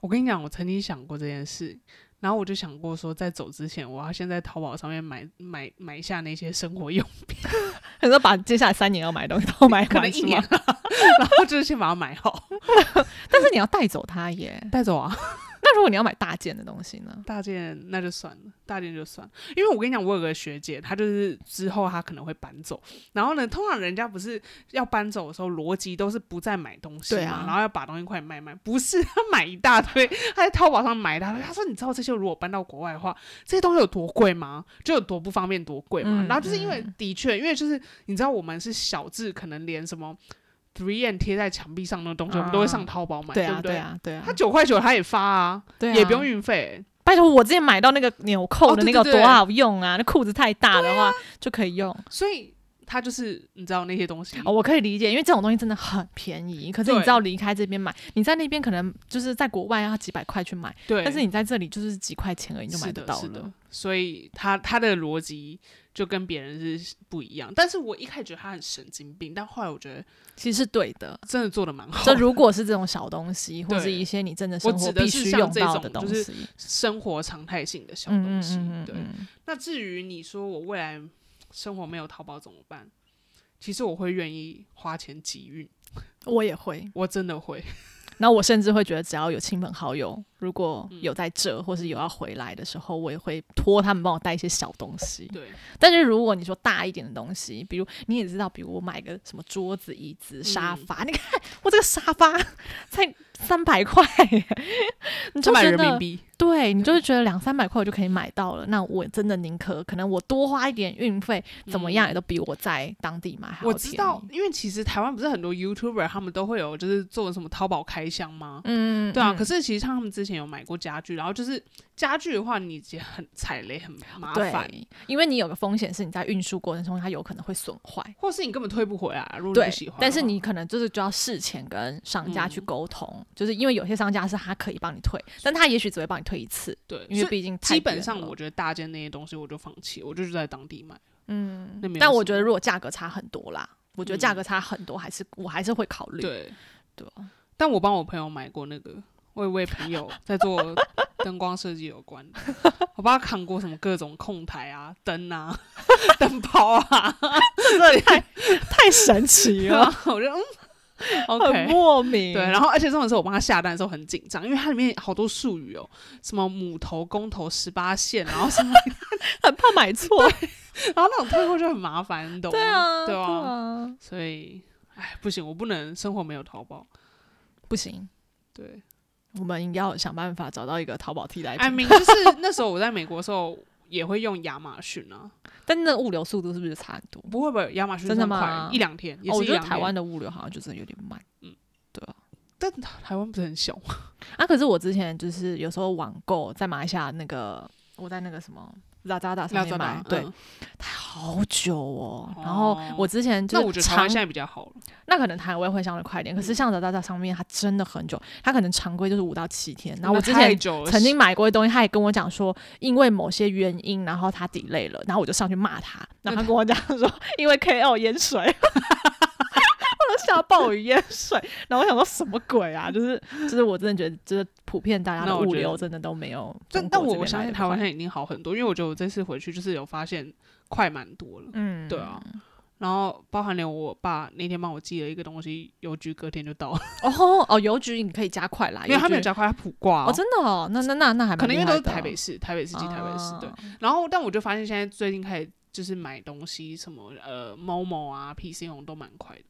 Speaker 2: 我跟你讲，我曾经想过这件事，然后我就想过说，在走之前，我要先在淘宝上面买买买下那些生活用，
Speaker 1: 可能把接下来三年要买的东西都买完，
Speaker 2: 可能一
Speaker 1: 是吗
Speaker 2: 年，了， 然后就是先把它买好，
Speaker 1: 但是你要带走它耶。
Speaker 2: 带走啊。
Speaker 1: 那如果你要买大件的东西呢？
Speaker 2: 大件那就算了，大件就算了，因为我跟你讲，我有个学姐，她就是之后她可能会搬走，然后呢，通常人家不是要搬走的时候，逻辑都是不再买东西嘛，
Speaker 1: 对啊
Speaker 2: 然后要把东西快卖卖，不是她买一大堆，她在淘宝上买一大堆，她说你知道这些如果搬到国外的话，这些东西有多贵吗？就有多不方便，多贵嘛，
Speaker 1: 嗯
Speaker 2: 然后就是因为的确，因为就是你知道我们是小智，可能连什么 three n 贴在墙壁上的东西，我们都会上淘宝买，
Speaker 1: 啊，对
Speaker 2: 不对？
Speaker 1: 啊，对啊
Speaker 2: 她，九块九，她也发啊，
Speaker 1: 对啊，
Speaker 2: 也不用运费、
Speaker 1: 拜托，我之前买到那个纽扣的那个
Speaker 2: 哦
Speaker 1: 有
Speaker 2: 对对对
Speaker 1: 多好用啊！那啊裤子太大的话、就可以用
Speaker 2: 所以他就是你知道那些东西，
Speaker 1: 哦，我可以理解，因为这种东西真的很便宜。可是你
Speaker 2: 对
Speaker 1: 知道离开这边买，你在那边可能就是在国外要几百块去买，
Speaker 2: 对，
Speaker 1: 但是你在这里就是几块钱而已你就是买
Speaker 2: 的
Speaker 1: 得到
Speaker 2: 是
Speaker 1: 了
Speaker 2: 的。，所以他他的逻辑就跟别人是不一样。但是我一开始觉得他很神经病，但后来我觉得
Speaker 1: 其实是对的。
Speaker 2: 真的做的蛮好
Speaker 1: 这
Speaker 2: 的。
Speaker 1: 如果是这种小东西，或
Speaker 2: 对
Speaker 1: 是一些你真的生
Speaker 2: 我
Speaker 1: 活
Speaker 2: 指的
Speaker 1: 必
Speaker 2: 是
Speaker 1: 须
Speaker 2: 像
Speaker 1: 用
Speaker 2: 这
Speaker 1: 到
Speaker 2: 种
Speaker 1: 的东
Speaker 2: 就是
Speaker 1: 西，
Speaker 2: 生活常态性的小
Speaker 1: 嗯
Speaker 2: 东
Speaker 1: 嗯
Speaker 2: 西。
Speaker 1: 嗯嗯
Speaker 2: 对。
Speaker 1: 嗯，
Speaker 2: 那至于你说我未来生活没有淘宝怎么办？其实我会愿意花钱集运，
Speaker 1: 我也会。
Speaker 2: 我真的 会。
Speaker 1: 然后我甚至会觉得，只要有亲朋好友，如果有在这，或是有要回来的时候，我也会托他们帮我带一些小东西。
Speaker 2: 对，
Speaker 1: 嗯但是如果你说大一点的东西，比如你也知道，比如我买个什么桌子、椅子、沙发，你看我这个沙发 才三百块耶，你 就
Speaker 2: 三百
Speaker 1: 觉
Speaker 2: 人民
Speaker 1: 得
Speaker 2: 币，
Speaker 1: 对你就会觉得两三百块我就可以买到了。那我真的宁可可能我多花一点运费，怎么样
Speaker 2: 嗯
Speaker 1: 也都比我在当地买还要
Speaker 2: 我知
Speaker 1: 便
Speaker 2: 道
Speaker 1: 宜，
Speaker 2: 因为其实台湾不是很多 YouTuber 他们都会有就是做什么淘宝开箱吗？
Speaker 1: 嗯，
Speaker 2: 对啊，
Speaker 1: 嗯
Speaker 2: 可是其实像他们之前有买过家具，然后就是家具的话，你也很踩雷，很麻烦，
Speaker 1: 对，因为你有个风险是你在运输过程中它有可能会损坏。
Speaker 2: 或是你根本退不回来，啊如果你
Speaker 1: 对
Speaker 2: 不喜欢的话。，
Speaker 1: 但是你可能就是就要事前跟商家去
Speaker 2: 嗯
Speaker 1: 沟通，就是因为有些商家是他可以帮你退，但他也许只会帮你退一次，
Speaker 2: 对，
Speaker 1: 因为
Speaker 2: 所以
Speaker 1: 毕竟太
Speaker 2: 基本
Speaker 1: 远
Speaker 2: 上
Speaker 1: 了
Speaker 2: 我觉得大件那些东西我就放弃，我就是在当地买。
Speaker 1: 嗯
Speaker 2: 那没有，
Speaker 1: 但我
Speaker 2: 什
Speaker 1: 觉得
Speaker 2: 么
Speaker 1: 如果价格差很多啦，我觉得价
Speaker 2: 嗯
Speaker 1: 格差很多还是、我还是会考虑。
Speaker 2: 对
Speaker 1: 对啊，
Speaker 2: 但我帮我朋友买过那个，我有一位朋友在做灯光设计有关的，我帮他扛过什么各种控台啊、灯啊、灯泡啊，
Speaker 1: 真 的太太神奇
Speaker 2: 然，后我就嗯，OK，
Speaker 1: 莫名
Speaker 2: 对，然后而且这种时候我帮他下单的时候很紧张，因为它里面好多术语哦，什么母头、公头、十八线，然后什么，
Speaker 1: 很怕买错。
Speaker 2: 然后那种退货就很麻烦，你懂吗？
Speaker 1: 对啊，
Speaker 2: 对
Speaker 1: 对
Speaker 2: 啊
Speaker 1: 啊，
Speaker 2: 所以，哎，不行，我不能生活没有淘宝。
Speaker 1: 不行，
Speaker 2: 对
Speaker 1: 我们要想办法找到一个淘宝替代
Speaker 2: ，I
Speaker 1: 品。
Speaker 2: mean，就是那时候我在美国的时候也会用亚马逊啊，
Speaker 1: 但那个物流速度是不是差很多？
Speaker 2: 不会不会，亚马逊
Speaker 1: 真的
Speaker 2: 算快
Speaker 1: 吗
Speaker 2: 一两天也
Speaker 1: 哦，我
Speaker 2: 是一
Speaker 1: 觉得
Speaker 2: 两
Speaker 1: 台
Speaker 2: 天。
Speaker 1: 湾的物流好像就真的有点慢。
Speaker 2: 但台湾不是很小吗？
Speaker 1: 啊，可是我之前就是有时候网购在马来西亚那个，我在那个什么。拉扎达上面买
Speaker 2: 哪，
Speaker 1: 对，
Speaker 2: 嗯
Speaker 1: 好久哦。然后
Speaker 2: 哦
Speaker 1: 我之前
Speaker 2: 那
Speaker 1: 就
Speaker 2: 我觉
Speaker 1: 是
Speaker 2: 得台
Speaker 1: 常
Speaker 2: 湾现在比较好了。
Speaker 1: 那可能台湾会相对快一点，可是像 Lazada 上面它真的很久，它可能常规就是五到七天。然后我之
Speaker 2: 太
Speaker 1: 前
Speaker 2: 久了
Speaker 1: 曾经买过的东西，他也跟我讲说，因为某些原因，然后他 delay 了，然后我就上去骂他，然后他跟我讲说，因为 KO 淹水。 我都吓暴雨淹水，然后我想说什么鬼啊？就是就是，我真的觉得，就是普遍大家
Speaker 2: 那
Speaker 1: 的
Speaker 2: 我觉
Speaker 1: 物
Speaker 2: 得
Speaker 1: 流真的都没有
Speaker 2: 但
Speaker 1: 中
Speaker 2: 但
Speaker 1: 国
Speaker 2: 我
Speaker 1: 这
Speaker 2: 我
Speaker 1: 边
Speaker 2: 相
Speaker 1: 来
Speaker 2: 信
Speaker 1: 得
Speaker 2: 台湾
Speaker 1: 快
Speaker 2: 现在已经好很多，因为我觉得我这次回去就是有发现快蛮多了。
Speaker 1: 嗯，
Speaker 2: 对啊，然后包含连我爸那天帮我寄了一个东西，邮局隔天就到了，
Speaker 1: 哦哦，邮局你可以加快啦，
Speaker 2: 因为他没
Speaker 1: 啊
Speaker 2: 有
Speaker 1: 邮局
Speaker 2: 加快，他普挂
Speaker 1: 哦，真的哦，那那那那还蛮
Speaker 2: 可能因为
Speaker 1: 厉害
Speaker 2: 都是
Speaker 1: 的
Speaker 2: 台北市，台北市寄台北市对
Speaker 1: 啊。
Speaker 2: 然后但我就发现现在最近开始就是买东西什么呃某某啊 PC 红都蛮快的，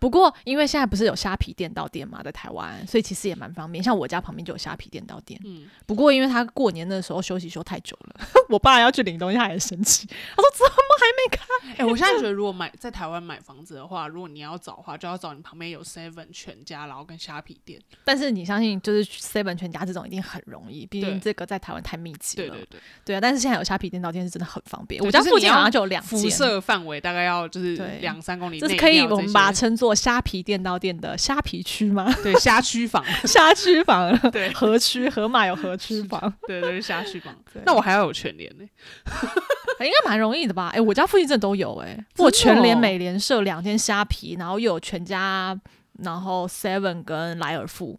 Speaker 1: 不过因为现在不是有虾皮店到店嘛，在台湾，所以其实也蛮方便。像我家旁边就有虾皮店到店，
Speaker 2: 嗯，
Speaker 1: 不过因为他过年的时候休息休太久了， 我爸要去领东西，他很生气， 他说怎么还没开？
Speaker 2: 哎、我现在觉得，如果买在台湾买房子的话，如果你要找的话，就要找你旁边有 Seven 全家，然后跟虾皮店。
Speaker 1: 但是你相信，就是 Seven 全家这种一定很容易，毕
Speaker 2: 对
Speaker 1: 竟这个在台湾太密集了。
Speaker 2: 对对对，
Speaker 1: 对啊，但是现在有虾皮店到店是真的很方便，
Speaker 2: 对
Speaker 1: 我家
Speaker 2: 就是
Speaker 1: 附近
Speaker 2: 你要
Speaker 1: 好像就有两
Speaker 2: 辐
Speaker 1: 间。
Speaker 2: 射范围大概要就是
Speaker 1: 对
Speaker 2: 两三公里
Speaker 1: 这
Speaker 2: 内
Speaker 1: 是
Speaker 2: 一定要这些，
Speaker 1: 可以，我们把它称作虾皮店到店的虾皮区吗？
Speaker 2: 对虾区房，
Speaker 1: 虾区房 了，
Speaker 2: 对
Speaker 1: 河区河马有河区房，
Speaker 2: 对对是虾区房
Speaker 1: 对。
Speaker 2: 那我还要有全联呢、
Speaker 1: 应该蛮容易的吧？哎、我家附近这都有哎、我
Speaker 2: 哦
Speaker 1: 全联、美联社两间虾皮，然后又有全家，然后 Seven 跟莱尔富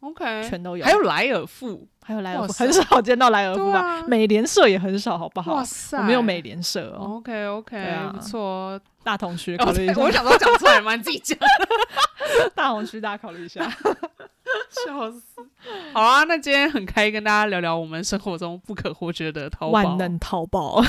Speaker 2: OK，
Speaker 1: 全都有，
Speaker 2: 还有莱尔富，
Speaker 1: 还有莱尔
Speaker 2: 哇
Speaker 1: 富，
Speaker 2: 塞
Speaker 1: 很少见到莱尔富
Speaker 2: 对
Speaker 1: 吧？
Speaker 2: 啊
Speaker 1: 美联社也很少，好不
Speaker 2: 哇
Speaker 1: 好？
Speaker 2: 塞，
Speaker 1: 我没有美。联社哦，
Speaker 2: OK OK，、
Speaker 1: 对啊
Speaker 2: 不错哦。
Speaker 1: 大同区考
Speaker 2: 哦
Speaker 1: 虑
Speaker 2: 对
Speaker 1: 一下，
Speaker 2: 我想说讲出来嘛，你自己讲，,
Speaker 1: 大同区大家考虑一 下。
Speaker 2: 笑 死。好啊，那今天很开心跟大家聊聊我们生活中不可或缺的淘宝。
Speaker 1: 万能淘 宝，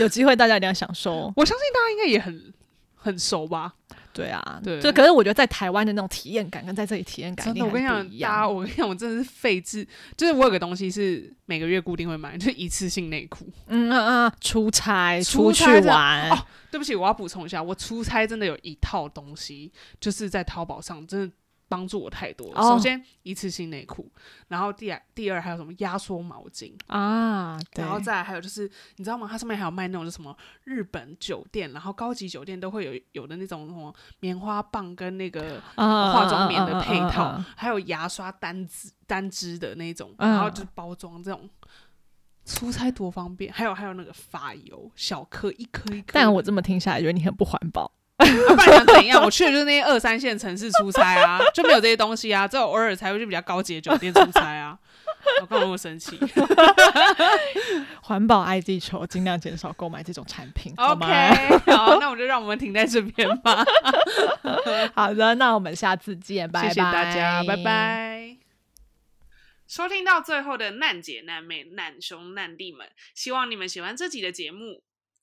Speaker 1: 有机会大家一定要享受。
Speaker 2: 我相信大家应该也很很熟吧？
Speaker 1: 对啊，
Speaker 2: 对
Speaker 1: 就可是我觉得在台湾的那种体验感跟在这里体验感一
Speaker 2: 真
Speaker 1: 定
Speaker 2: 的，我跟你
Speaker 1: 还
Speaker 2: 讲
Speaker 1: 不一，
Speaker 2: 大家，
Speaker 1: 样。
Speaker 2: 我跟你讲，我真的是废置，就是我有个东西是每个月固定会买，就是一次性内裤。
Speaker 1: 嗯嗯嗯，出差出
Speaker 2: 出差
Speaker 1: 去
Speaker 2: 这
Speaker 1: 玩，
Speaker 2: 哦对不起，我要补充一下，我出差真的有一套东西，就是在淘宝上真的。帮助我太多
Speaker 1: 哦
Speaker 2: 了。首先，一次性内裤，然后第二第二还有什么压缩毛巾，
Speaker 1: 啊，对
Speaker 2: 然，后再来还有就是，你知道吗？它上面还有卖那种是什么日本酒店，然后高级酒店都会有有的那种什么棉花棒跟那个
Speaker 1: 啊
Speaker 2: 化妆棉的配套，
Speaker 1: 啊啊啊啊
Speaker 2: 还有牙刷单支单支的那种，
Speaker 1: 嗯
Speaker 2: 然后就是包装这种。出差多方便，还有还有那个发油小颗一颗一颗的，
Speaker 1: 但我这么听下来，觉得你很不环保。
Speaker 2: 啊 不然想怎样？我去的就是那些二三线城市出差啊， 就没有这些东西啊，只有偶尔才会去比较高级的酒店出差啊。 我干嘛那么生气？
Speaker 1: 环保爱地球，尽量减少购买这种产品，好吗
Speaker 2: OK，好，那我们就让我们停在这边吧。
Speaker 1: 好的，那我们下次见，拜拜，
Speaker 2: 谢谢大家，拜。拜。收听到最后的难姐、难妹、难兄、难弟们，希望你们喜欢这集的节目。